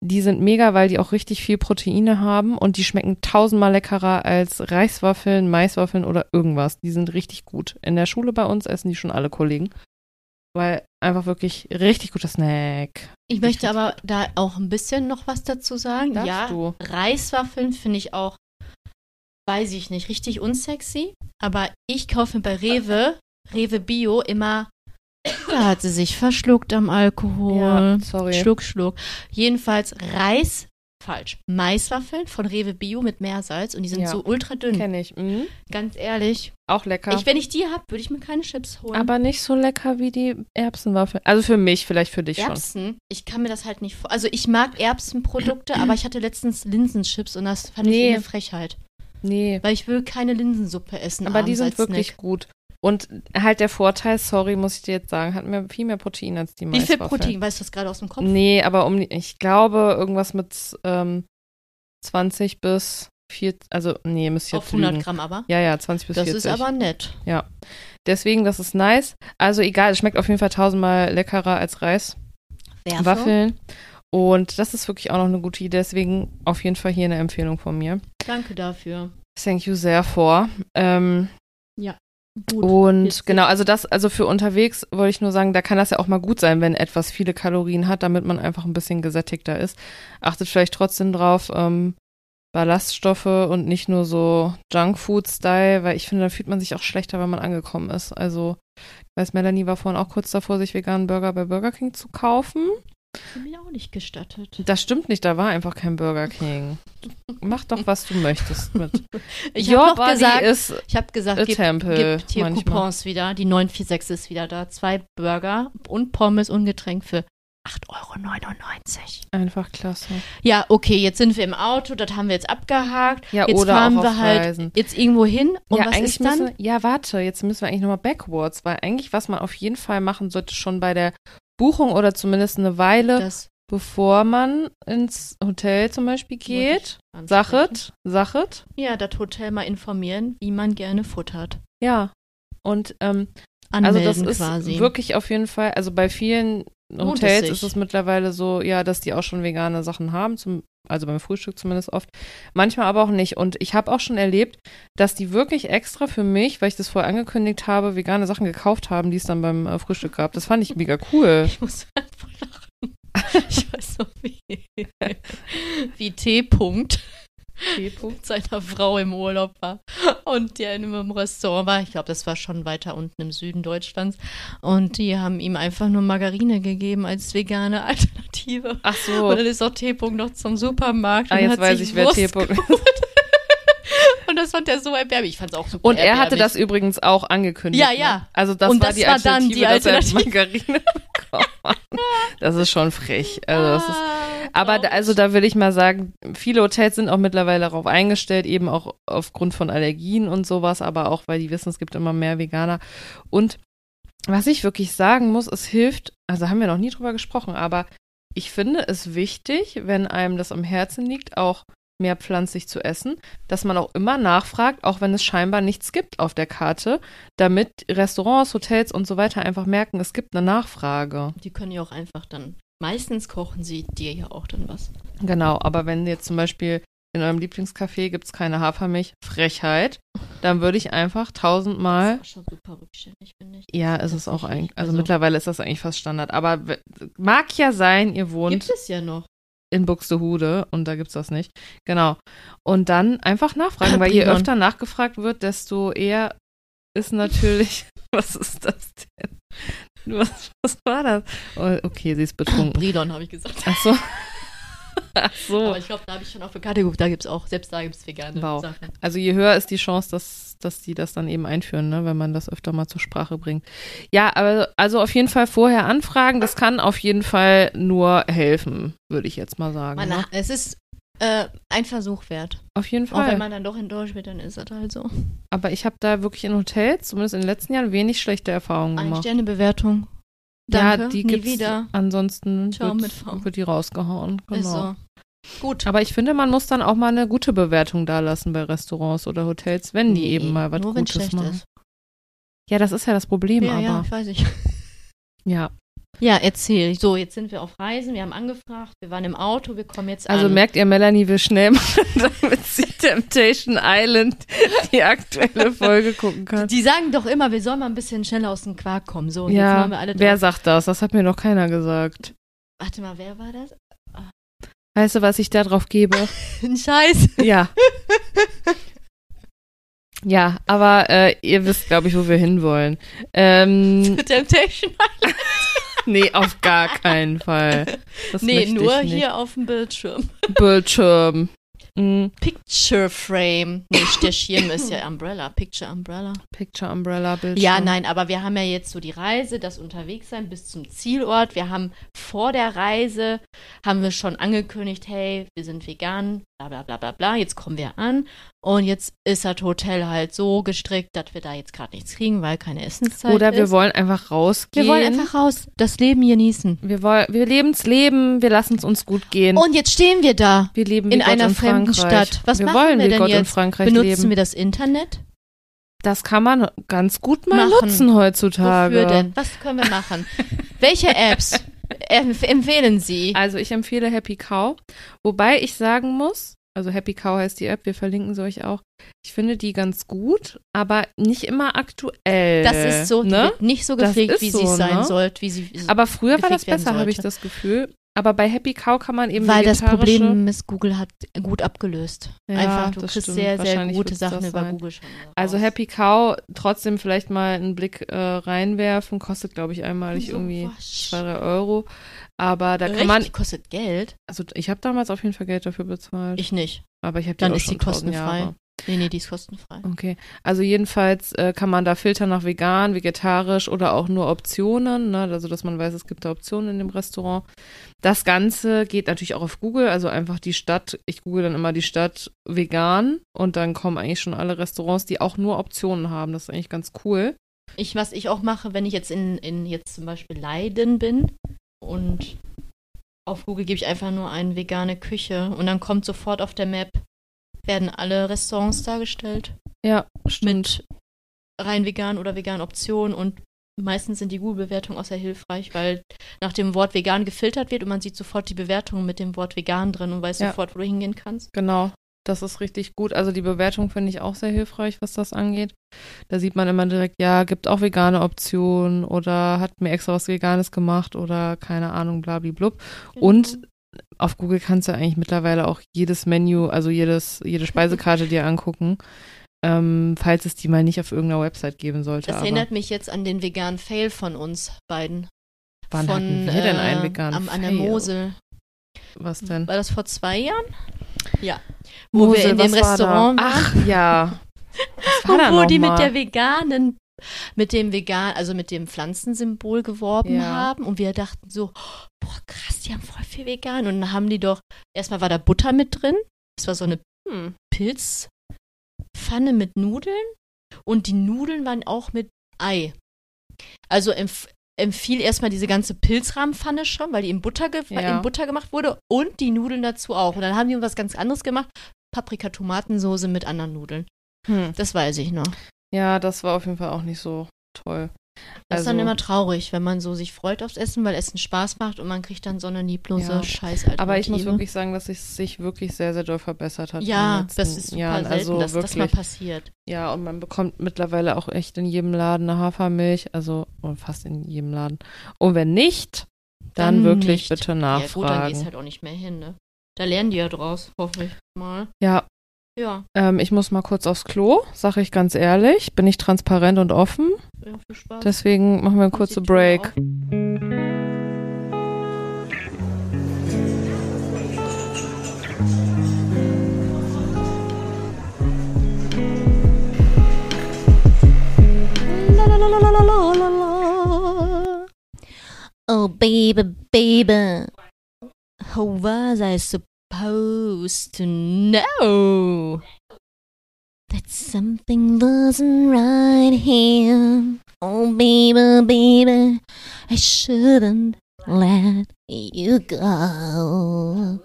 Die sind mega, weil die auch richtig viel Proteine haben und die schmecken tausendmal leckerer als Reiswaffeln, Maiswaffeln oder irgendwas. Die sind richtig gut. In der Schule bei uns essen die schon alle Kollegen, weil einfach wirklich richtig guter Snack. Ich möchte aber da auch ein bisschen noch was dazu sagen. Darfst ja, du? Reiswaffeln finde ich auch, weiß ich nicht, richtig unsexy. Aber ich kaufe mir bei Rewe, Rewe Bio, immer. Da hat sie sich verschluckt am Alkohol. Ja, sorry. Schluck, Schluck. Jedenfalls Reis, falsch. Maiswaffeln von Rewe Bio mit Meersalz und die sind Ja. so ultra dünn. Kenne ich. Mhm. Ganz ehrlich. Auch lecker. Ich, wenn ich die hab, würde ich mir keine Chips holen. Aber nicht so lecker wie die Erbsenwaffeln. Also für mich, vielleicht für dich schon. Erbsen, ich kann mir das halt nicht vor. Also ich mag Erbsenprodukte, [CLEARS THROAT] aber ich hatte letztens Linsenchips und das fand Nee. ich eine Frechheit. Nee, Weil ich will keine Linsensuppe essen. aber die abends sind als wirklich Snack. gut. Und halt der Vorteil, sorry, muss ich dir jetzt sagen, hat mir viel mehr Protein als die Wie viel Maiswaffeln. Protein? Weißt du das gerade aus dem Kopf? Nee, aber um, die- ich glaube, irgendwas mit ähm, 20 bis 40, also nee, müsst ihr Auf jetzt lügen. 100 Gramm aber. Ja, ja, 20 bis das 40. ist aber nett. Deswegen, das ist nice. Also egal, es schmeckt auf jeden Fall tausendmal leckerer als Reis. Werfe. Waffeln. Und das ist wirklich auch noch eine gute Idee. Deswegen auf jeden Fall hier eine Empfehlung von mir. Danke dafür. Thank you sehr vor. Ähm, Gut. und witzig. genau, also das, also für unterwegs wollte ich nur sagen, da kann das ja auch mal gut sein, wenn etwas viele Kalorien hat, damit man einfach ein bisschen gesättigter ist. Achtet vielleicht trotzdem drauf, ähm, Ballaststoffe und nicht nur so Junkfood-Style, weil ich finde, dann fühlt man sich auch schlechter, wenn man angekommen ist. Also, ich weiß, Melanie war vorhin auch kurz davor, sich veganen Burger bei Burger King zu kaufen. Hat mir auch nicht gestattet. [LAUGHS] Das stimmt nicht, da war einfach kein Burger King. Mach doch, was du möchtest mit. [LAUGHS] Ich Your habe body gesagt, ist ich habe gesagt, a gib, temple gibt hier manchmal. Coupons wieder. Die 946 ist wieder da. Zwei Burger und Pommes und Getränk für 8,99 Euro. einfach klasse. Ja, okay, jetzt sind wir im Auto, das haben wir jetzt abgehakt. Ja, jetzt oder fahren auch wir auf halt Reisen. jetzt irgendwo hin und ja, was eigentlich ist dann? Müssen, ja, warte, jetzt müssen wir eigentlich nochmal backwards, weil eigentlich, was man auf jeden Fall machen sollte, schon bei der Buchung oder zumindest eine Weile, das bevor man ins Hotel zum Beispiel geht, sachet, sachet, Ja, das Hotel mal informieren, wie man gerne futtert. ja. Und ähm, also Anmelden das ist quasi. wirklich auf jeden Fall, also bei vielen Lohnt es Hotels sich. ist es mittlerweile so, ja, dass die auch schon vegane Sachen haben, zum, also beim Frühstück zumindest oft. Manchmal aber auch nicht. Und ich habe auch schon erlebt, dass die wirklich extra für mich, weil ich das vorher angekündigt habe, vegane Sachen gekauft haben, die es dann beim äh, Frühstück gab. Das fand ich mega [LAUGHS] cool. ich muss einfach lachen. Ich weiß noch wie. [LAUGHS] Wie T-Punkt mit seiner Frau im Urlaub war und der in einem Restaurant war. Ich glaube, das war schon weiter unten im Süden Deutschlands. Und die haben ihm einfach nur Margarine gegeben als vegane Alternative. Ach so. Und dann ist auch T-Punkt noch zum Supermarkt. Oh. Ah, und jetzt hat weiß sich ich, wer Wurst T-Punkt geholt. [LAUGHS] und Und das fand er so erbärmlich. Ich fand es auch super Und er hatte erbärmlich. das übrigens auch angekündigt. Ja, ja. Ne? Also das Und war das die war Alternative, dann die dass er Margarine [LAUGHS] bekommen hat. Das ist schon frech. Also das ist, Ah, aber da, glaub also ich. da will ich mal sagen, viele Hotels sind auch mittlerweile darauf eingestellt, eben auch aufgrund von Allergien und sowas, aber auch weil die wissen, es gibt immer mehr Veganer. Und was ich wirklich sagen muss, es hilft, also haben wir noch nie drüber gesprochen, aber ich finde es wichtig, wenn einem das am Herzen liegt, auch mehr pflanzlich zu essen, dass man auch immer nachfragt, auch wenn es scheinbar nichts gibt auf der Karte, damit Restaurants, Hotels und so weiter einfach merken, es gibt eine Nachfrage. die können ja auch einfach dann. Meistens kochen sie dir ja auch dann was. Genau, aber wenn jetzt zum Beispiel in eurem Lieblingscafé gibt es keine Hafermilch, Frechheit, dann würde ich einfach tausendmal. Das war schon super rückständig, finde ich. Ja, ist es auch Tatsächlich, eigentlich. Also, also- mittlerweile ist das eigentlich fast Standard. Aber w- mag ja sein, ihr wohnt Gibt es ja noch. in Buxtehude und da gibt's das nicht. Genau. Und dann einfach nachfragen, weil je Prima. öfter nachgefragt wird, desto eher ist natürlich. [LAUGHS] Was ist das denn? Was, was war das? Oh, okay, sie ist betrunken. Brilon, habe ich gesagt. Ach so. [LAUGHS] Ach so. Aber ich glaube, da habe ich schon auf der Karte geguckt. Da gibt es auch, selbst da gibt es vegane Oh. Wow. Sachen. Also je höher ist die Chance, dass, dass die das dann eben einführen, ne? wenn man das öfter mal zur Sprache bringt. Ja, aber also auf jeden Fall vorher anfragen, das kann auf jeden Fall nur helfen, würde ich jetzt mal sagen. Man, Ne? es ist äh, ein Versuch wert. Auf jeden Auch Oh, wenn Fall. man dann doch enttäuscht wird, dann ist das halt so. Aber ich habe da wirklich in Hotels, zumindest in den letzten Jahren, wenig schlechte Erfahrungen Eine gemacht. Sternebewertung. Danke, ja, die nie gibt's wieder. Ansonsten Ciao mit V. wird, wird die rausgehauen. Genau. Ist so. Gut. Aber ich finde, man muss dann auch mal eine gute Bewertung dalassen bei Restaurants oder Hotels, wenn die Nee, eben mal was nur wenn's Gutes schlecht machen. Ist. Ja, das ist ja das Problem, Ja, aber ja, ich weiß nicht. [LAUGHS] ja. Ja, erzähl. So, jetzt sind wir auf Reisen, wir haben angefragt, wir waren im Auto, wir kommen jetzt Also an. merkt ihr, Melanie will schnell machen, [LAUGHS] damit sie Temptation Island die aktuelle Folge gucken kann. die sagen doch immer, wir sollen mal ein bisschen schneller aus dem Quark kommen. So, und jetzt ja, machen wir alle wer drauf. sagt das? Das hat mir noch keiner gesagt. Warte mal, wer war das? [LAUGHS] Weißt du, was ich da drauf gebe? [LAUGHS] Ein Scheiß. [LAUGHS] ja. Ja, aber äh, ihr wisst, glaube ich, wo wir hinwollen. [LAUGHS] Ähm, Temptation. nee, auf [LAUGHS] gar keinen Fall. Das Nee, möchte nur ich nicht. hier auf dem Bildschirm. Bildschirm. Mm, Picture Frame. Nee, der Schirm ist ja Umbrella. Picture Umbrella. Picture Umbrella Bildschirm. Ja, nein, aber wir haben ja jetzt so die Reise, das Unterwegssein bis zum Zielort. Wir haben vor der Reise, haben wir schon angekündigt, hey, wir sind vegan, bla bla bla bla bla, jetzt kommen wir an. Und jetzt ist das Hotel halt so gestrickt, dass wir da jetzt gerade nichts kriegen, weil keine Essenszeit Oder wir ist. wollen einfach rausgehen. wir wollen einfach raus, das Leben genießen. Wir, woll- wir leben's Leben, wir lassen es uns gut gehen. Und jetzt stehen wir da. wir leben wie In Gott einer in fremden Frankreich. Stadt. Was wir machen wollen wir wie denn Gott in jetzt? Frankreich Benutzen leben. wir das Internet? das kann man ganz gut mal Machen. nutzen heutzutage. Wofür denn? Was können wir machen? Welche Apps empf empfehlen Sie? [LAUGHS] Also ich empfehle Happy Cow, wobei ich sagen muss, also Happy Cow heißt die App, wir verlinken sie euch auch. Ich finde die ganz gut, aber nicht immer aktuell. Das ist so, die ne? wird nicht so Das gepflegt, ist wie so, sie es sein ne? sollte, wie sie Aber früher war das gepflegt werden besser, habe ich sollte. das Gefühl. Aber bei Happy Cow kann man eben weil das vegetarische- Problem ist, Google hat gut abgelöst. Ja, Einfach, du das kriegst stimmt. sehr, sehr Wahrscheinlich gute wird's Sachen das über sein. Google schon. Also raus. Happy Cow, trotzdem vielleicht mal einen Blick äh, reinwerfen. Kostet, glaube ich, einmalig So irgendwie was. zwei, drei Euro. Aber da kann Echt? man, Die kostet Geld? also ich habe damals auf jeden Fall Geld dafür bezahlt. Ich nicht. aber ich habe die Dann auch ist schon die 1000 kostenfrei. Jahre. Nee, nee, die ist kostenfrei. Okay, also jedenfalls äh, kann man da filtern nach vegan, vegetarisch oder auch nur Optionen, ne? also dass man weiß, es gibt da Optionen in dem Restaurant. Das Ganze geht natürlich auch auf Google, also einfach die Stadt, ich google dann immer die Stadt vegan und dann kommen eigentlich schon alle Restaurants, die auch nur Optionen haben. Das ist eigentlich ganz cool. Ich, was ich auch mache, wenn ich jetzt in, in jetzt zum Beispiel Leiden bin und auf Google gebe ich einfach nur ein vegane Küche und dann kommt sofort auf der Map, werden alle Restaurants dargestellt Ja, stimmt. mit rein vegan oder vegan Optionen und meistens sind die Google-Bewertungen auch sehr hilfreich, weil nach dem Wort vegan gefiltert wird und man sieht sofort die Bewertungen mit dem Wort vegan drin und weiß Ja. sofort, wo du hingehen kannst. Genau. Das ist richtig gut. Also die Bewertung finde ich auch sehr hilfreich, was das angeht. Da sieht man immer direkt, ja, gibt auch vegane Optionen oder hat mir extra was Veganes gemacht oder keine Ahnung, blablablub. Genau. Und auf Google kannst du eigentlich mittlerweile auch jedes Menü, also jedes, jede [LAUGHS] Speisekarte dir angucken, ähm, falls es die mal nicht auf irgendeiner Website geben sollte. das Aber erinnert mich jetzt an den veganen Fail von uns beiden. wann von, hatten wir denn einen äh, veganen am, An der Fail? Mosel. Was denn? War das vor zwei Jahren? Ja. Wo Mosel, wir in dem was war Restaurant da? waren. Ach ja. Was war Und da [LAUGHS] wo noch die mit mal? der veganen, mit dem vegan, also mit dem Pflanzensymbol geworben Ja. haben. Und wir dachten so, boah, krass, die haben voll viel vegan. Und dann haben die doch, erstmal war da Butter mit drin. Das war so eine hm, Pilzpfanne mit Nudeln. Und die Nudeln waren auch mit Ei. Also empf empfiehlt erstmal diese ganze Pilzrahmenpfanne schon, weil die in Butter, ge Ja. in Butter gemacht wurde und die Nudeln dazu auch. Und dann haben die was ganz anderes gemacht. Paprika-Tomatensoße mit anderen Nudeln. Hm. Das weiß ich noch. Ja, das war auf jeden Fall auch nicht so toll. Das ist Also- dann immer traurig, wenn man so sich freut aufs Essen, weil Essen Spaß macht und man kriegt dann so eine lieblose Ja. Scheißalternative. Aber ich muss wirklich sagen, dass es sich wirklich sehr, sehr doll verbessert hat. in den Ja, letzten das ist super Jahren. selten, also dass das mal wirklich. passiert. ja, und man bekommt mittlerweile auch echt in jedem Laden eine Hafermilch. Also und fast in jedem Laden. Und wenn nicht, dann, Dann wirklich nicht. bitte Ja gut, dann nachfragen. gehst halt auch nicht mehr hin, ne? Da lernen die ja draus, hoffe ich mal. ja, Ja, ähm, ich muss mal kurz aufs Klo, sage ich ganz ehrlich. Bin ich transparent und offen. ja, viel Spaß. Deswegen machen wir einen Mach kurzen die Tür Break. auf. Oh, baby, baby. How was I supposed to know that something wasn't right here? Oh, baby, baby, I shouldn't let you go.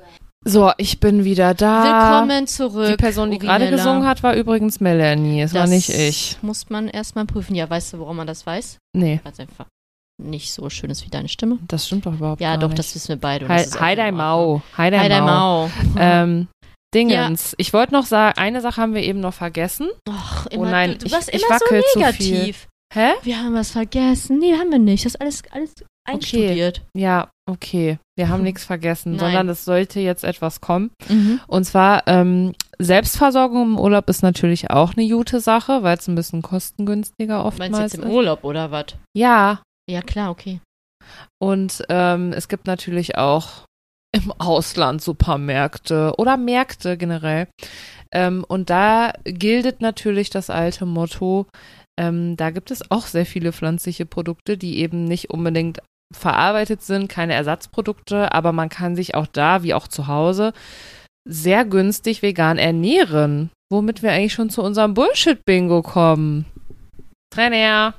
So, ich bin wieder da. Willkommen Ah, Die zurück. Person, die gerade Urinella. gesungen hat, war übrigens Melanie. Es war nicht ich. Muss man erstmal prüfen. Ja, weißt du, warum man das weiß? Nee, Weil es einfach nicht so schön ist wie deine Stimme. das stimmt doch überhaupt Ja, gar doch, nicht. das wissen wir beide. und Hi, das ist auch hi, dein in Ordnung. Mau. Hi, Hi, dein dein Mau. Mau. Mhm. Ähm, Dingens. Ich wollte noch sagen, eine Sache haben wir eben noch vergessen. Ach, oh nein, du, du ich- warst ich immer wackel zu so negativ. Hä? Wir haben was vergessen. Nee, haben wir nicht. Das ist alles, alles einstudiert. Ja, okay. Wir haben nichts vergessen, Mhm. Nein. sondern es sollte jetzt etwas kommen. Und zwar, ähm, Selbstversorgung im Urlaub ist natürlich auch eine gute Sache, weil es ein bisschen kostengünstiger Meinst du oftmals jetzt im ist. Urlaub oder was? Ja, Ja, klar, okay. Und ähm, es gibt natürlich auch im Ausland Supermärkte oder Märkte generell. Ähm, und da gilt natürlich das alte Motto, ähm, da gibt es auch sehr viele pflanzliche Produkte, die eben nicht unbedingt verarbeitet sind, keine Ersatzprodukte, aber man kann sich auch da, wie auch zu Hause, sehr günstig vegan ernähren. Womit wir eigentlich schon zu unserem Bullshit-Bingo kommen. Trainer.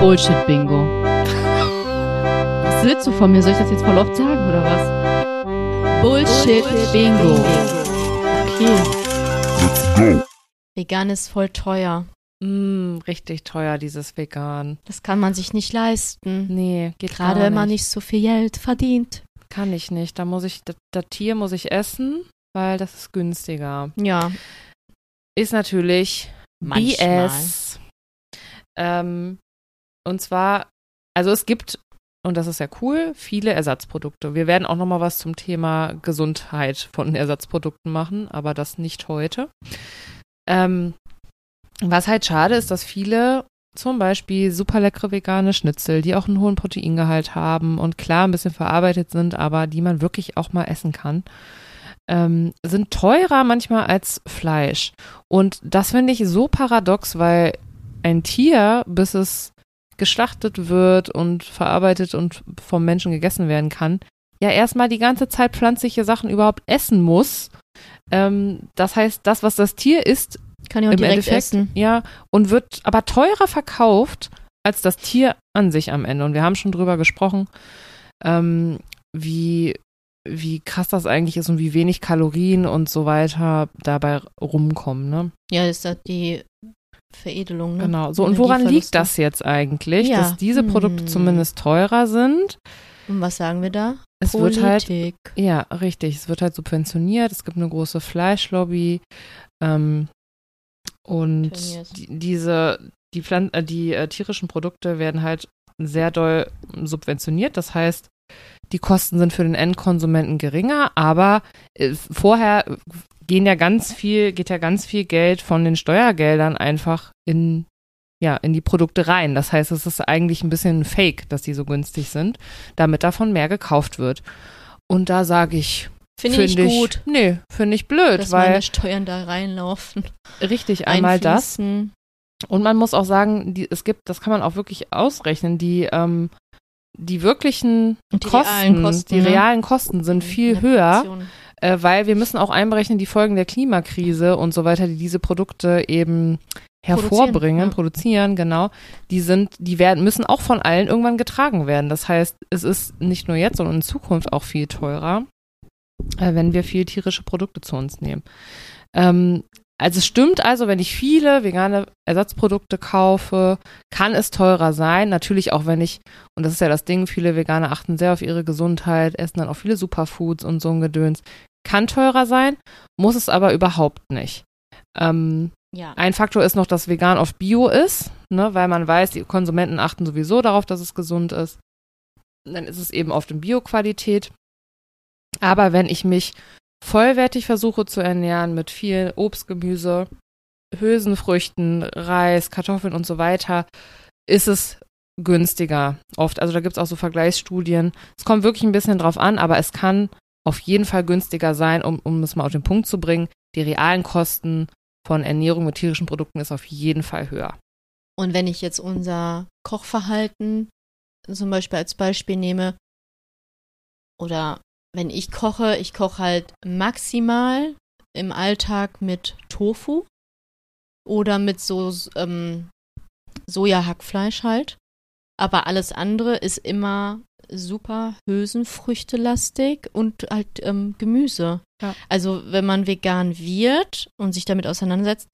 Bullshit-Bingo. Was willst du von mir? Soll ich das jetzt voll oft sagen oder was? Bullshit-Bingo. Okay. Vegan ist voll teuer. Mm, richtig teuer, dieses Vegan. Das kann man sich nicht leisten. Nee, geht Gerade gar wenn man nicht so viel Geld verdient. Kann ich nicht. Da muss ich, das, das Tier muss ich essen, weil das ist günstiger. Ja, Ist natürlich manchmal. BS. Ähm, und zwar, also es gibt, und das ist ja cool, viele Ersatzprodukte. Wir werden auch nochmal was zum Thema Gesundheit von Ersatzprodukten machen, aber das nicht heute. Ähm, was halt schade ist, dass viele zum Beispiel super leckere vegane Schnitzel, die auch einen hohen Proteingehalt haben und klar ein bisschen verarbeitet sind, aber die man wirklich auch mal essen kann, ähm, sind teurer manchmal als Fleisch. Und das finde ich so paradox, weil ein Tier, bis es geschlachtet wird und verarbeitet und vom Menschen gegessen werden kann, ja erstmal die ganze Zeit pflanzliche Sachen überhaupt essen muss. Ähm, das heißt, das, was das Tier isst, Kann ja auch im direkt Endeffekt, essen. ja, und wird aber teurer verkauft als das Tier an sich am Ende. Und wir haben schon drüber gesprochen, ähm, wie, wie krass das eigentlich ist und wie wenig Kalorien und so weiter dabei rumkommen. Ne? Ja, ist das die Veredelung. Ne? Genau. So, und woran liegt das jetzt eigentlich, Ja. dass diese Produkte Hm. zumindest teurer sind? Und was sagen wir da? Es wird halt Politik. Ja, richtig. Es wird halt subventioniert. Es gibt eine große Fleischlobby. Ähm, und Turniers. die, diese, die, Pflan äh, die äh, tierischen Produkte werden halt sehr doll subventioniert. Das heißt, die Kosten sind für den Endkonsumenten geringer, aber äh, vorher gehen ja ganz viel, geht ja ganz viel Geld von den Steuergeldern einfach in, ja, in die Produkte rein. Das heißt, es ist eigentlich ein bisschen fake, dass die so günstig sind, damit davon mehr gekauft wird. Und da sage ich, Finde ich Find gut, Nee, finde ich blöd, dass weil meine Steuern da reinlaufen. richtig einmal das einfließen. Und man muss auch sagen, die, es gibt, das kann man auch wirklich ausrechnen, die, ähm, die wirklichen Die Kosten, realen Kosten, die ne? realen Kosten sind viel Eine höher, Portion. äh, weil wir müssen auch einberechnen die Folgen der Klimakrise und so weiter, die diese Produkte eben hervorbringen, Produzieren, ja. produzieren, genau. Die sind, die werden, müssen auch von allen irgendwann getragen werden. Das heißt, es ist nicht nur jetzt, sondern in Zukunft auch viel teurer, äh, wenn wir viel tierische Produkte zu uns nehmen. Ähm, also es stimmt also, wenn ich viele vegane Ersatzprodukte kaufe, kann es teurer sein. Natürlich auch, wenn ich, und das ist ja das Ding, viele Veganer achten sehr auf ihre Gesundheit, essen dann auch viele Superfoods und so ein Gedöns. Kann teurer sein, muss es aber überhaupt nicht. Ähm, Ja. ein Faktor ist noch, dass vegan auf Bio ist, ne, weil man weiß, die Konsumenten achten sowieso darauf, dass es gesund ist. Und dann ist es eben oft in Bio-Qualität. Aber wenn ich mich vollwertig versuche zu ernähren mit viel Obst, Gemüse, Hülsenfrüchten, Reis, Kartoffeln und so weiter, ist es günstiger oft. Also da gibt es auch so Vergleichsstudien. Es kommt wirklich ein bisschen drauf an, aber es kann auf jeden Fall günstiger sein, um, um es mal auf den Punkt zu bringen. Die realen Kosten von Ernährung mit tierischen Produkten ist auf jeden Fall höher. Und wenn ich jetzt unser Kochverhalten zum Beispiel als Beispiel nehme, oder wenn ich koche, ich koche halt maximal im Alltag mit Tofu oder mit so ähm, Sojahackfleisch halt. Aber alles andere ist immer super Hülsenfrüchtelastig und halt ähm, Gemüse. Ja. Also wenn man vegan wird und sich damit auseinandersetzt,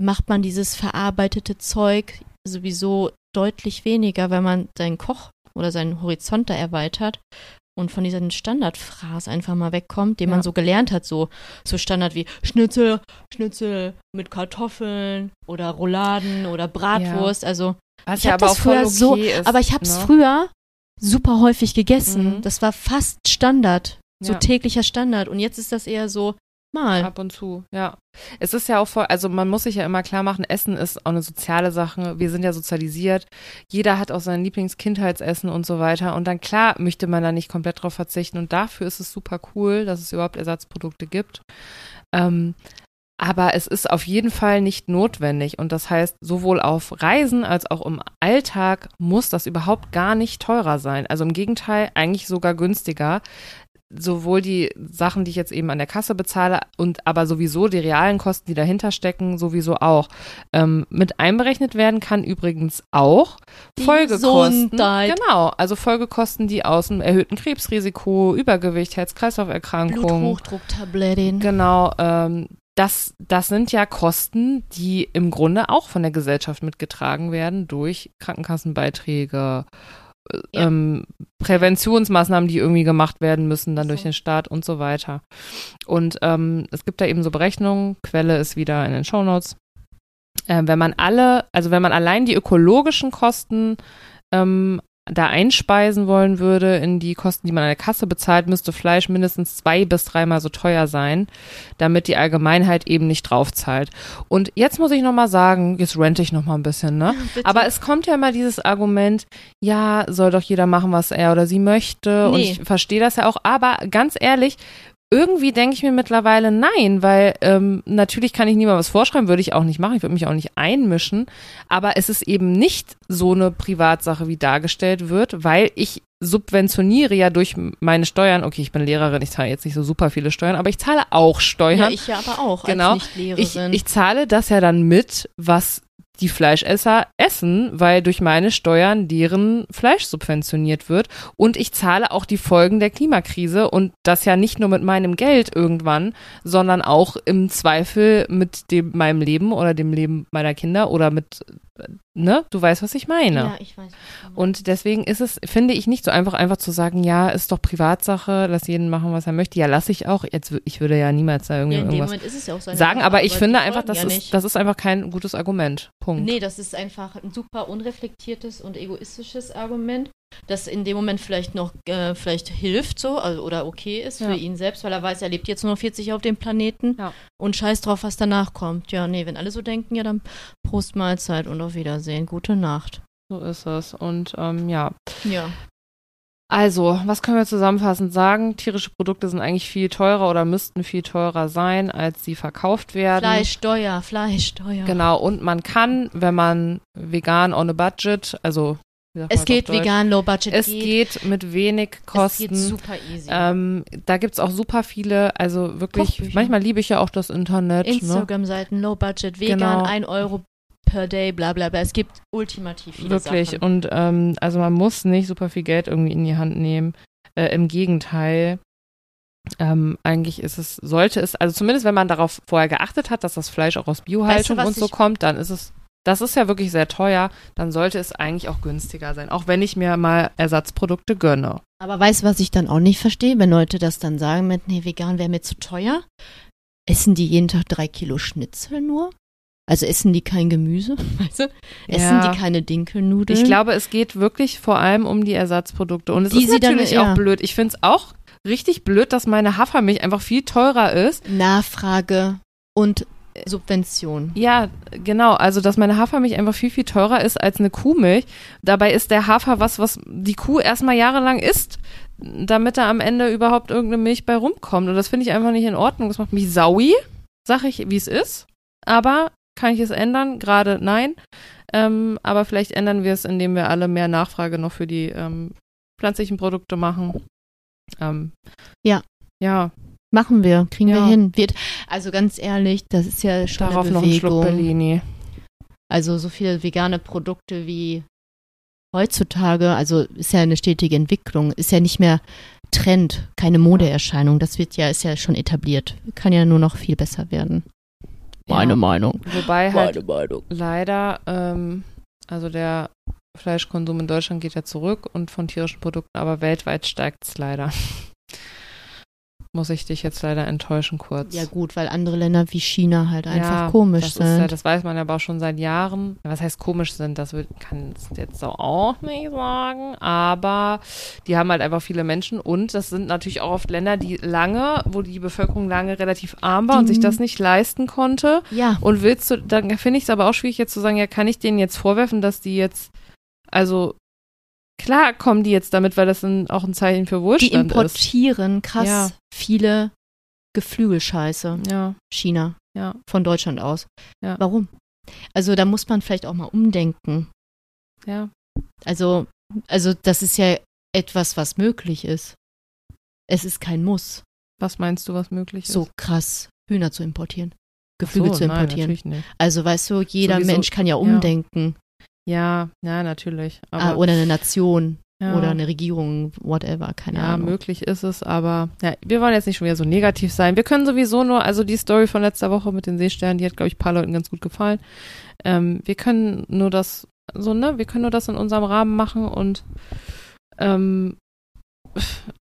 macht man dieses verarbeitete Zeug sowieso deutlich weniger, wenn man seinen Koch oder seinen Horizont da erweitert und von diesen Standardphrasen einfach mal wegkommt, den Ja. man so gelernt hat, so so Standard wie Schnitzel, Schnitzel mit Kartoffeln oder Rouladen oder Bratwurst, also Was Ich hab das früher so- ist. aber ich habe es ne? früher super häufig gegessen. Mhm. Das war fast Standard, so Ja. täglicher Standard und jetzt ist das eher so mal Ab und zu, ja. Es ist ja auch voll, also man muss sich ja immer klar machen, Essen ist auch eine soziale Sache. Wir sind ja sozialisiert. Jeder hat auch sein Lieblingskindheitsessen und so weiter. Und dann klar möchte man da nicht komplett drauf verzichten. Und dafür ist es super cool, dass es überhaupt Ersatzprodukte gibt. Ähm, aber es ist auf jeden Fall nicht notwendig. Und das heißt, sowohl auf Reisen als auch im Alltag muss das überhaupt gar nicht teurer sein. Also im Gegenteil, eigentlich sogar günstiger sowohl die Sachen, die ich jetzt eben an der Kasse bezahle und aber sowieso die realen Kosten, die dahinter stecken, sowieso auch. Ähm, mit einberechnet werden kann übrigens auch Die Folgekosten. Gesundheit. Genau, also Folgekosten, die aus dem erhöhten Krebsrisiko, Übergewicht, Herz-Kreislauf-Erkrankungen. Bluthochdrucktabletten. Genau, ähm, das, das sind ja Kosten, die im Grunde auch von der Gesellschaft mitgetragen werden durch Krankenkassenbeiträge, äh, Ja. ähm, Präventionsmaßnahmen, die irgendwie gemacht werden müssen, dann durch So. den Staat und so weiter. Und ähm, es gibt da eben so Berechnungen, Quelle ist wieder in den Shownotes. Äh, wenn man alle, also wenn man allein die ökologischen Kosten ähm, da einspeisen wollen würde in die Kosten, die man an der Kasse bezahlt, müsste Fleisch mindestens zwei bis dreimal so teuer sein, damit die Allgemeinheit eben nicht drauf zahlt. Und jetzt muss ich nochmal sagen, jetzt rente ich nochmal ein bisschen, ne? [LAUGHS] Bitte. Aber es kommt ja immer dieses Argument, ja, soll doch jeder machen, was er oder sie möchte. Und Nee. ich verstehe das ja auch. Aber ganz ehrlich, irgendwie denke ich mir mittlerweile nein, weil ähm, natürlich kann ich niemandem was vorschreiben, würde ich auch nicht machen, ich würde mich auch nicht einmischen. Aber es ist eben nicht so eine Privatsache, wie dargestellt wird, weil ich subventioniere ja durch meine Steuern. Okay, ich bin Lehrerin, ich zahle jetzt nicht so super viele Steuern, aber ich zahle auch Steuern. ja, ich ja aber auch Genau. als Ich, Nicht-Lehrerin. ich zahle das ja dann mit, was die Fleischesser essen, weil durch meine Steuern deren Fleisch subventioniert wird. Und ich zahle auch die Folgen der Klimakrise und das ja nicht nur mit meinem Geld irgendwann, sondern auch im Zweifel mit dem, meinem Leben oder dem Leben meiner Kinder oder mit, äh, ne? Du weißt, was ich meine. ja, ich weiß. Und deswegen ist es, finde ich, nicht so einfach, einfach zu sagen, ja, ist doch Privatsache, lass jeden machen, was er möchte. Ja, lass ich auch. Jetzt, wü- ich würde ja niemals da irgendwie Ja, in dem irgendwas Moment ist es ja auch seine sagen, Sache, aber ich die finde folgen einfach, das, ja ist, nicht. das ist einfach kein gutes Argument. Punkt. Nee, das ist einfach ein super unreflektiertes und egoistisches Argument, das in dem Moment vielleicht noch äh, vielleicht hilft so also, oder okay ist Ja. für ihn selbst, weil er weiß, er lebt jetzt nur noch 40 Jahre auf dem Planeten Ja. und scheiß drauf, was danach kommt. Ja, nee, wenn alle so denken, ja dann Prost Mahlzeit und auf Wiedersehen, gute Nacht. So ist es. Und ähm, ja, Ja. Also, was können wir zusammenfassend sagen? Tierische Produkte sind eigentlich viel teurer oder müssten viel teurer sein, als sie verkauft werden. Fleischsteuer, Fleischsteuer. Genau, und man kann, wenn man vegan on a budget, also wie sagt man Es das geht auf Deutsch? vegan, low budget. Es geht mit wenig Kosten. Es geht super easy. Ähm, da gibt es auch super viele, also wirklich, Kochbücher. manchmal liebe ich ja auch das Internet. Ne? Instagram-Seiten, low budget, vegan, Genau. 1 Euro per Day, bla bla bla. Es gibt ultimativ viele Wirklich. Sachen. Und ähm, also man muss nicht super viel Geld irgendwie in die Hand nehmen. Äh, Im Gegenteil. Ähm, eigentlich ist es, sollte es, also zumindest wenn man darauf vorher geachtet hat, dass das Fleisch auch aus Biohaltung was und so ich- kommt, dann ist es, das ist ja wirklich sehr teuer, dann sollte es eigentlich auch günstiger sein, auch wenn ich mir mal Ersatzprodukte gönne. Aber weißt du, was ich dann auch nicht verstehe, wenn Leute das dann sagen mit, nee, vegan wäre mir zu teuer? Essen die jeden Tag drei Kilo Schnitzel nur? Also essen die kein Gemüse? [LAUGHS] Weißt du? Essen Ja. die keine Dinkelnudeln? Ich glaube, es geht wirklich vor allem um die Ersatzprodukte. Und es Mhm. Die ist sie dann- natürlich ja. auch blöd. Ich finde es auch richtig blöd, dass meine Hafermilch einfach viel teurer ist. Nachfrage und äh, Subvention. Ja, genau. Also, dass meine Hafermilch einfach viel, viel teurer ist als eine Kuhmilch. Dabei ist der Hafer was, was die Kuh erstmal jahrelang isst, damit da am Ende überhaupt irgendeine Milch bei rumkommt. Und das finde ich einfach nicht in Ordnung. Das macht mich saui, sag ich, wie es ist. Aber kann ich es ändern? Gerade nein. Ähm, aber vielleicht ändern wir es, indem wir alle mehr Nachfrage noch für die ähm, pflanzlichen Produkte machen. Ähm, Ja. Ja, Machen wir, kriegen wir Ja. hin. Wird, also ganz ehrlich, das ist ja schon darauf eine noch einen Schluck Bewegung. Bellini. Also so viele vegane Produkte wie heutzutage, also ist ja eine stetige Entwicklung, ist ja nicht mehr Trend, keine Modeerscheinung. Das wird ja, ist ja schon etabliert. Kann ja nur noch viel besser werden. ja. Meinung. Wobei halt Meinung. leider, ähm, also der Fleischkonsum in Deutschland geht ja zurück und von tierischen Produkten, aber weltweit steigt es leider. [LAUGHS] Muss ich dich jetzt leider enttäuschen kurz. Ja gut, weil andere Länder wie China halt einfach komisch das Ist ja, sind. das weiß man aber auch schon seit Jahren. Was heißt komisch sind, das wird- kann ich jetzt so auch nicht sagen. Aber die haben halt einfach viele Menschen und das sind natürlich auch oft Länder, die lange, wo die Bevölkerung lange relativ arm war und Mhm. sich das nicht leisten konnte. Ja, Und willst du, dann finde ich es aber auch schwierig, jetzt zu sagen, ja, kann ich denen jetzt vorwerfen, dass die jetzt, also klar kommen die jetzt damit, weil das ein, auch ein Zeichen für die Wohlstand ist. importieren krass Ja. viele Geflügelscheiße. Ja, China. Ja. Von Deutschland aus. Ja. Warum? Also da muss man vielleicht auch mal umdenken. ja. Also, also das ist ja etwas, was möglich ist. Es ist kein Muss, Was meinst du, was möglich ist? so krass Hühner zu importieren, Ach so, Geflügel zu nein, importieren. natürlich nicht. also weißt du, jeder Sowieso- Mensch kann ja umdenken. Ja, ja, natürlich. Ah, Aber, oder eine Nation ja, oder eine Regierung, whatever, keine ja, Ahnung. möglich ist es, aber ja, wir wollen jetzt nicht schon wieder so negativ sein. Wir können sowieso nur, also die Story von letzter Woche mit den Seesternen, die hat, glaube ich, ein paar Leuten ganz gut gefallen. Ähm, wir können nur das, so, ne, wir können nur das in unserem Rahmen machen und ähm,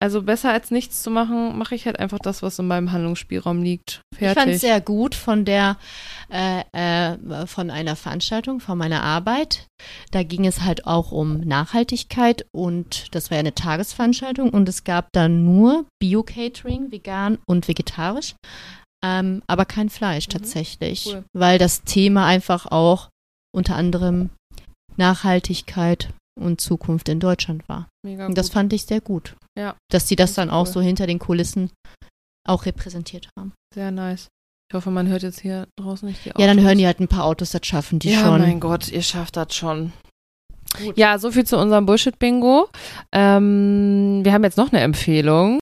also besser als nichts zu machen, mache ich halt einfach das, was in meinem Handlungsspielraum liegt. Ich Fertig. fand es sehr gut von der äh, äh, von einer Veranstaltung, von meiner Arbeit. Da ging es halt auch um Nachhaltigkeit und das war ja eine Tagesveranstaltung und es gab dann nur Bio-Catering, vegan und vegetarisch, ähm, aber kein Fleisch Mhm. tatsächlich, Cool. weil das Thema einfach auch unter anderem Nachhaltigkeit und Zukunft in Deutschland war. Mega Und das gut. fand ich sehr gut, Ja. dass sie das Das ist dann auch cool. so hinter den Kulissen auch repräsentiert haben. Sehr nice. Ich hoffe, man hört jetzt hier draußen nicht die Ja, dann Autos. hören die halt ein paar Autos, das schaffen die ja, schon. mein Gott, ihr schafft das schon. Ja, so viel zu unserem Bullshit-Bingo. Ähm, wir haben jetzt noch eine Empfehlung.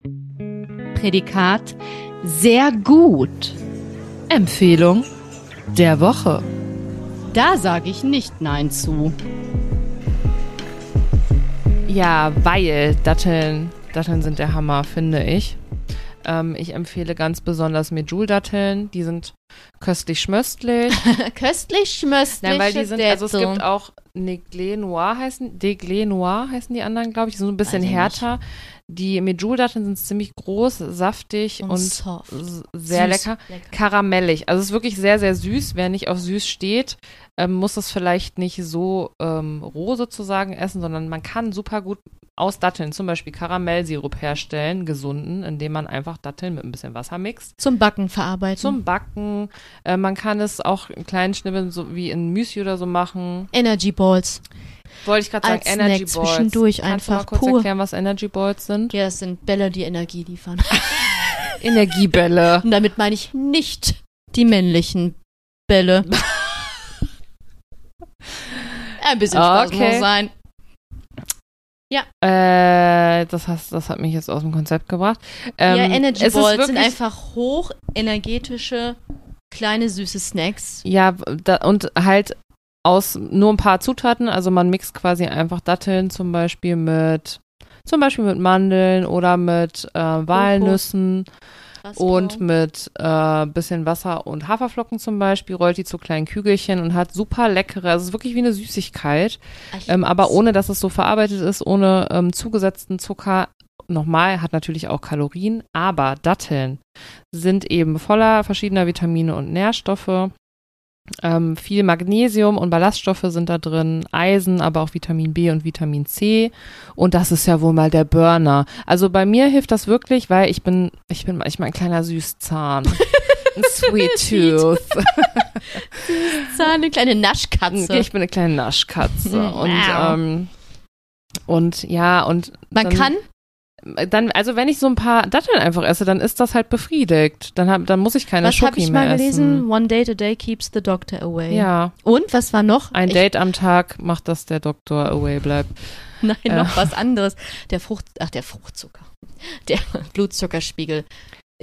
Prädikat sehr gut. Empfehlung der Woche. Da sage ich nicht Nein zu. Ja, weil Datteln, Datteln sind der Hammer, finde ich. Ähm, ich empfehle ganz besonders Medjool-Datteln. Die sind köstlich schmöstlich. Köstlich schmöstlich. Nein, weil die sind, also es gibt auch Neglé Noir heißen, Deglé Noir heißen die anderen, glaube ich, die sind so ein bisschen Weiß ich härter. Die Medjool-Datteln sind ziemlich groß, saftig und, Und soft. s- sehr lecker. karamellig. Also es ist wirklich sehr, sehr süß. Wer nicht auf süß steht, ähm, muss es vielleicht nicht so ähm, roh sozusagen essen, sondern man kann super gut aus Datteln zum Beispiel Karamellsirup herstellen, gesunden, indem man einfach Datteln mit ein bisschen Wasser mixt. Zum Backen verarbeiten. Zum Backen. Äh, man kann es auch in kleinen Schnibbeln, so wie in Müsli oder so machen. Energy Balls. Wollte ich gerade sagen, Als Snack Energy Balls. zwischendurch Kannst du mal einfach kurz pur. erklären, was Energy Balls sind? Ja, das sind Bälle, die Energie liefern. [LAUGHS] Energiebälle. Und damit meine ich nicht die männlichen [LAUGHS] Bälle. Ein bisschen Spaß Okay. muss sein. Äh, das, hast, das hat mich jetzt aus dem Konzept gebracht. Ähm, ja, Energy es ist Balls sind wirklich- einfach hochenergetische, kleine, süße Snacks. Ja, da, und halt aus nur ein paar Zutaten. Also man mixt quasi einfach Datteln zum Beispiel mit, zum Beispiel mit Mandeln oder mit äh, Walnüssen und ähm, mit äh, bisschen Wasser und Haferflocken zum Beispiel, rollt die zu kleinen Kügelchen und hat super leckere, also es ist wirklich wie eine Süßigkeit, ähm, aber ohne, dass es so verarbeitet ist, ohne ähm, zugesetzten Zucker. Nochmal, hat natürlich auch Kalorien, aber Datteln sind eben voller verschiedener Vitamine und Nährstoffe. Ähm, viel Magnesium und Ballaststoffe sind da drin, Eisen, aber auch Vitamin B und Vitamin C. Und das ist ja wohl mal der Burner. Also bei mir hilft das wirklich, weil ich bin, ich bin manchmal ein kleiner Süßzahn. Ein Sweet Tooth. eine kleine Naschkatze. Ich bin eine kleine Naschkatze. Hm. Wow. und, ähm, und ja, und Man dann- kann, dann, also wenn ich so ein paar Datteln einfach esse, dann ist das halt befriedigt. Dann, hab, dann muss ich keine was habe Schoki ich mehr mal gelesen? essen. One date a day keeps the doctor away. Ja, Und was war noch? ein ich, Date am Tag macht, dass der Doktor away bleibt. [LAUGHS] Nein, Ja. noch was anderes. Der Frucht, ach der Fruchtzucker, der Blutzuckerspiegel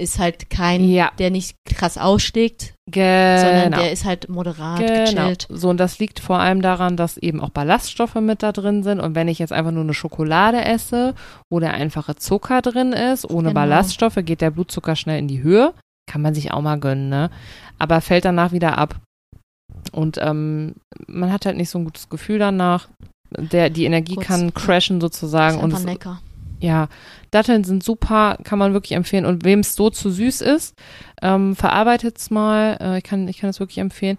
ist halt kein, Ja. der nicht krass ausschlägt, sondern Genau. der ist halt moderat Genau. gechillt. So, und das liegt vor allem daran, dass eben auch Ballaststoffe mit da drin sind. Und wenn ich jetzt einfach nur eine Schokolade esse, wo der einfache Zucker drin ist, ohne Genau. Ballaststoffe, geht der Blutzucker schnell in die Höhe. Kann man sich auch mal gönnen, ne? Aber fällt danach wieder ab. Und ähm, man hat halt nicht so ein gutes Gefühl danach. Der, die Energie Kurz. kann crashen sozusagen. Ist und einfach es- lecker. ja, Datteln sind super, kann man wirklich empfehlen. Und wem es so zu süß ist, ähm, verarbeitet's mal. Äh, ich kann es ich kann es wirklich empfehlen.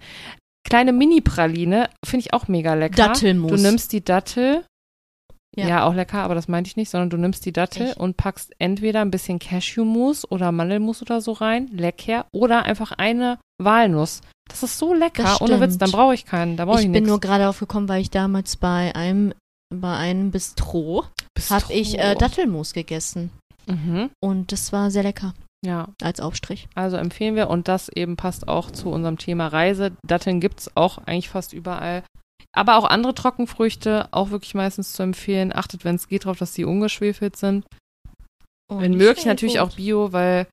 Kleine Mini-Praline finde ich auch mega lecker. Dattelmus. Du nimmst die Dattel. Ja. Ja. auch lecker, aber das meinte ich nicht, sondern du nimmst die Dattel Echt? und packst entweder ein bisschen Cashewmus oder Mandelmus oder so rein, lecker, oder einfach eine Walnuss. Das ist so lecker, Das ohne Witz, stimmt. dann brauche ich keinen, da brauche ich, ich bin nichts. nur gerade aufgekommen, weil ich damals bei einem bei einem Bistro habe Bistro. ich äh, Dattelmus gegessen Mhm. und das war sehr lecker Ja, als Aufstrich. Also empfehlen wir und das eben passt auch zu unserem Thema Reise. Datteln gibt's auch eigentlich fast überall. Aber auch andere Trockenfrüchte, auch wirklich meistens zu empfehlen. Achtet, wenn es geht, darauf, dass die ungeschwefelt sind. Und Wenn möglich natürlich auch Bio, weil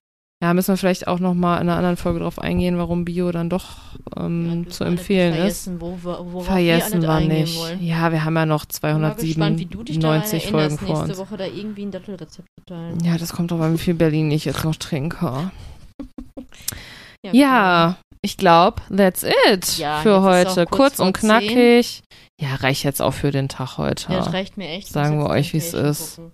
ja, müssen wir vielleicht auch nochmal in einer anderen Folge drauf eingehen, warum Bio dann doch ähm, zu empfehlen ist. vergessen, Wo, wo, worauf Vergessen wir, wir alle da eingehen nicht. Wollen. Ja, wir haben ja noch Ich bin mal gespannt, wie du dich daran 297 Folgen erinnerst, vor nächste uns. Woche da irgendwie ein Dattelrezept zu teilen. Ja, das kommt drauf an, wie viel Berlin ich jetzt noch trinke. Ja, genau. Ja, ich glaube, that's it Ja, für jetzt ist heute. auch kurz Kurz, vor und knackig. Ja, reicht jetzt auch für den Tag heute. cool. Ja, das reicht mir echt. Ich Sagen muss wir jetzt euch, wie's Location ist. gucken.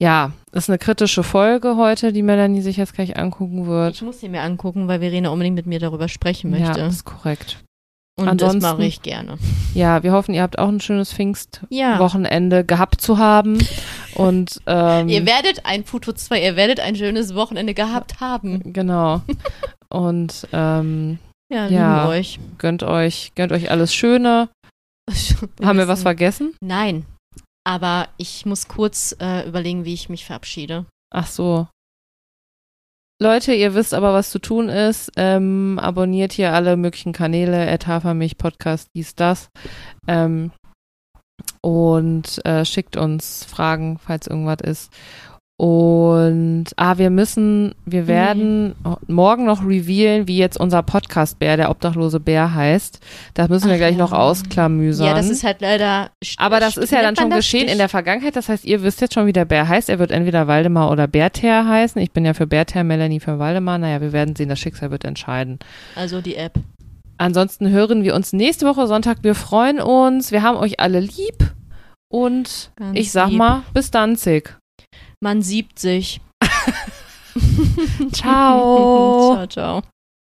ja, ist eine kritische Folge heute, die Melanie sich jetzt gleich angucken wird. Ich muss sie mir angucken, weil Verena unbedingt mit mir darüber sprechen Ja, möchte. ist korrekt. Und ansonsten- das mache ich gerne. Ja, wir hoffen, ihr habt auch ein schönes Ja. Pfingstwochenende gehabt zu haben. und ähm, Ihr werdet ein Futo 2, ihr werdet ein schönes Wochenende gehabt haben. [LAUGHS] genau. und ähm, Ja, Ja. lieben euch. gönnt euch, gönnt euch alles Schöne. [LAUGHS] haben wir was vergessen? vergessen? Nein. Aber ich muss kurz äh, überlegen, wie ich mich verabschiede. Ach so. Leute, ihr wisst aber, was zu tun ist. Ähm, abonniert hier alle möglichen Kanäle, at Hafermilch, Podcast, dies, das. Ähm, und äh, schickt uns Fragen, falls irgendwas ist. Und, ah, wir müssen, Mhm. wir werden morgen noch revealen, wie jetzt unser Podcast-Bär, der obdachlose Bär heißt. Das müssen wir Ach gleich ja. noch ausklamüsern. Ja, das ist halt leider. Aber das ist ja dann schon geschehen in der Vergangenheit. Das heißt, ihr wisst jetzt schon, wie der Bär heißt. Er wird entweder Waldemar oder Berther heißen. Ich bin ja für Berther, Melanie für Waldemar. Naja, wir werden sehen, das Schicksal wird entscheiden. Also die App. Ansonsten hören wir uns nächste Woche Sonntag. Wir freuen uns. Wir haben euch alle lieb. Und Ganz ich sag lieb. mal, bis dann, Zick. [LAUGHS] Man siebt sich. [LAUGHS] Ciao. ciao, ciao.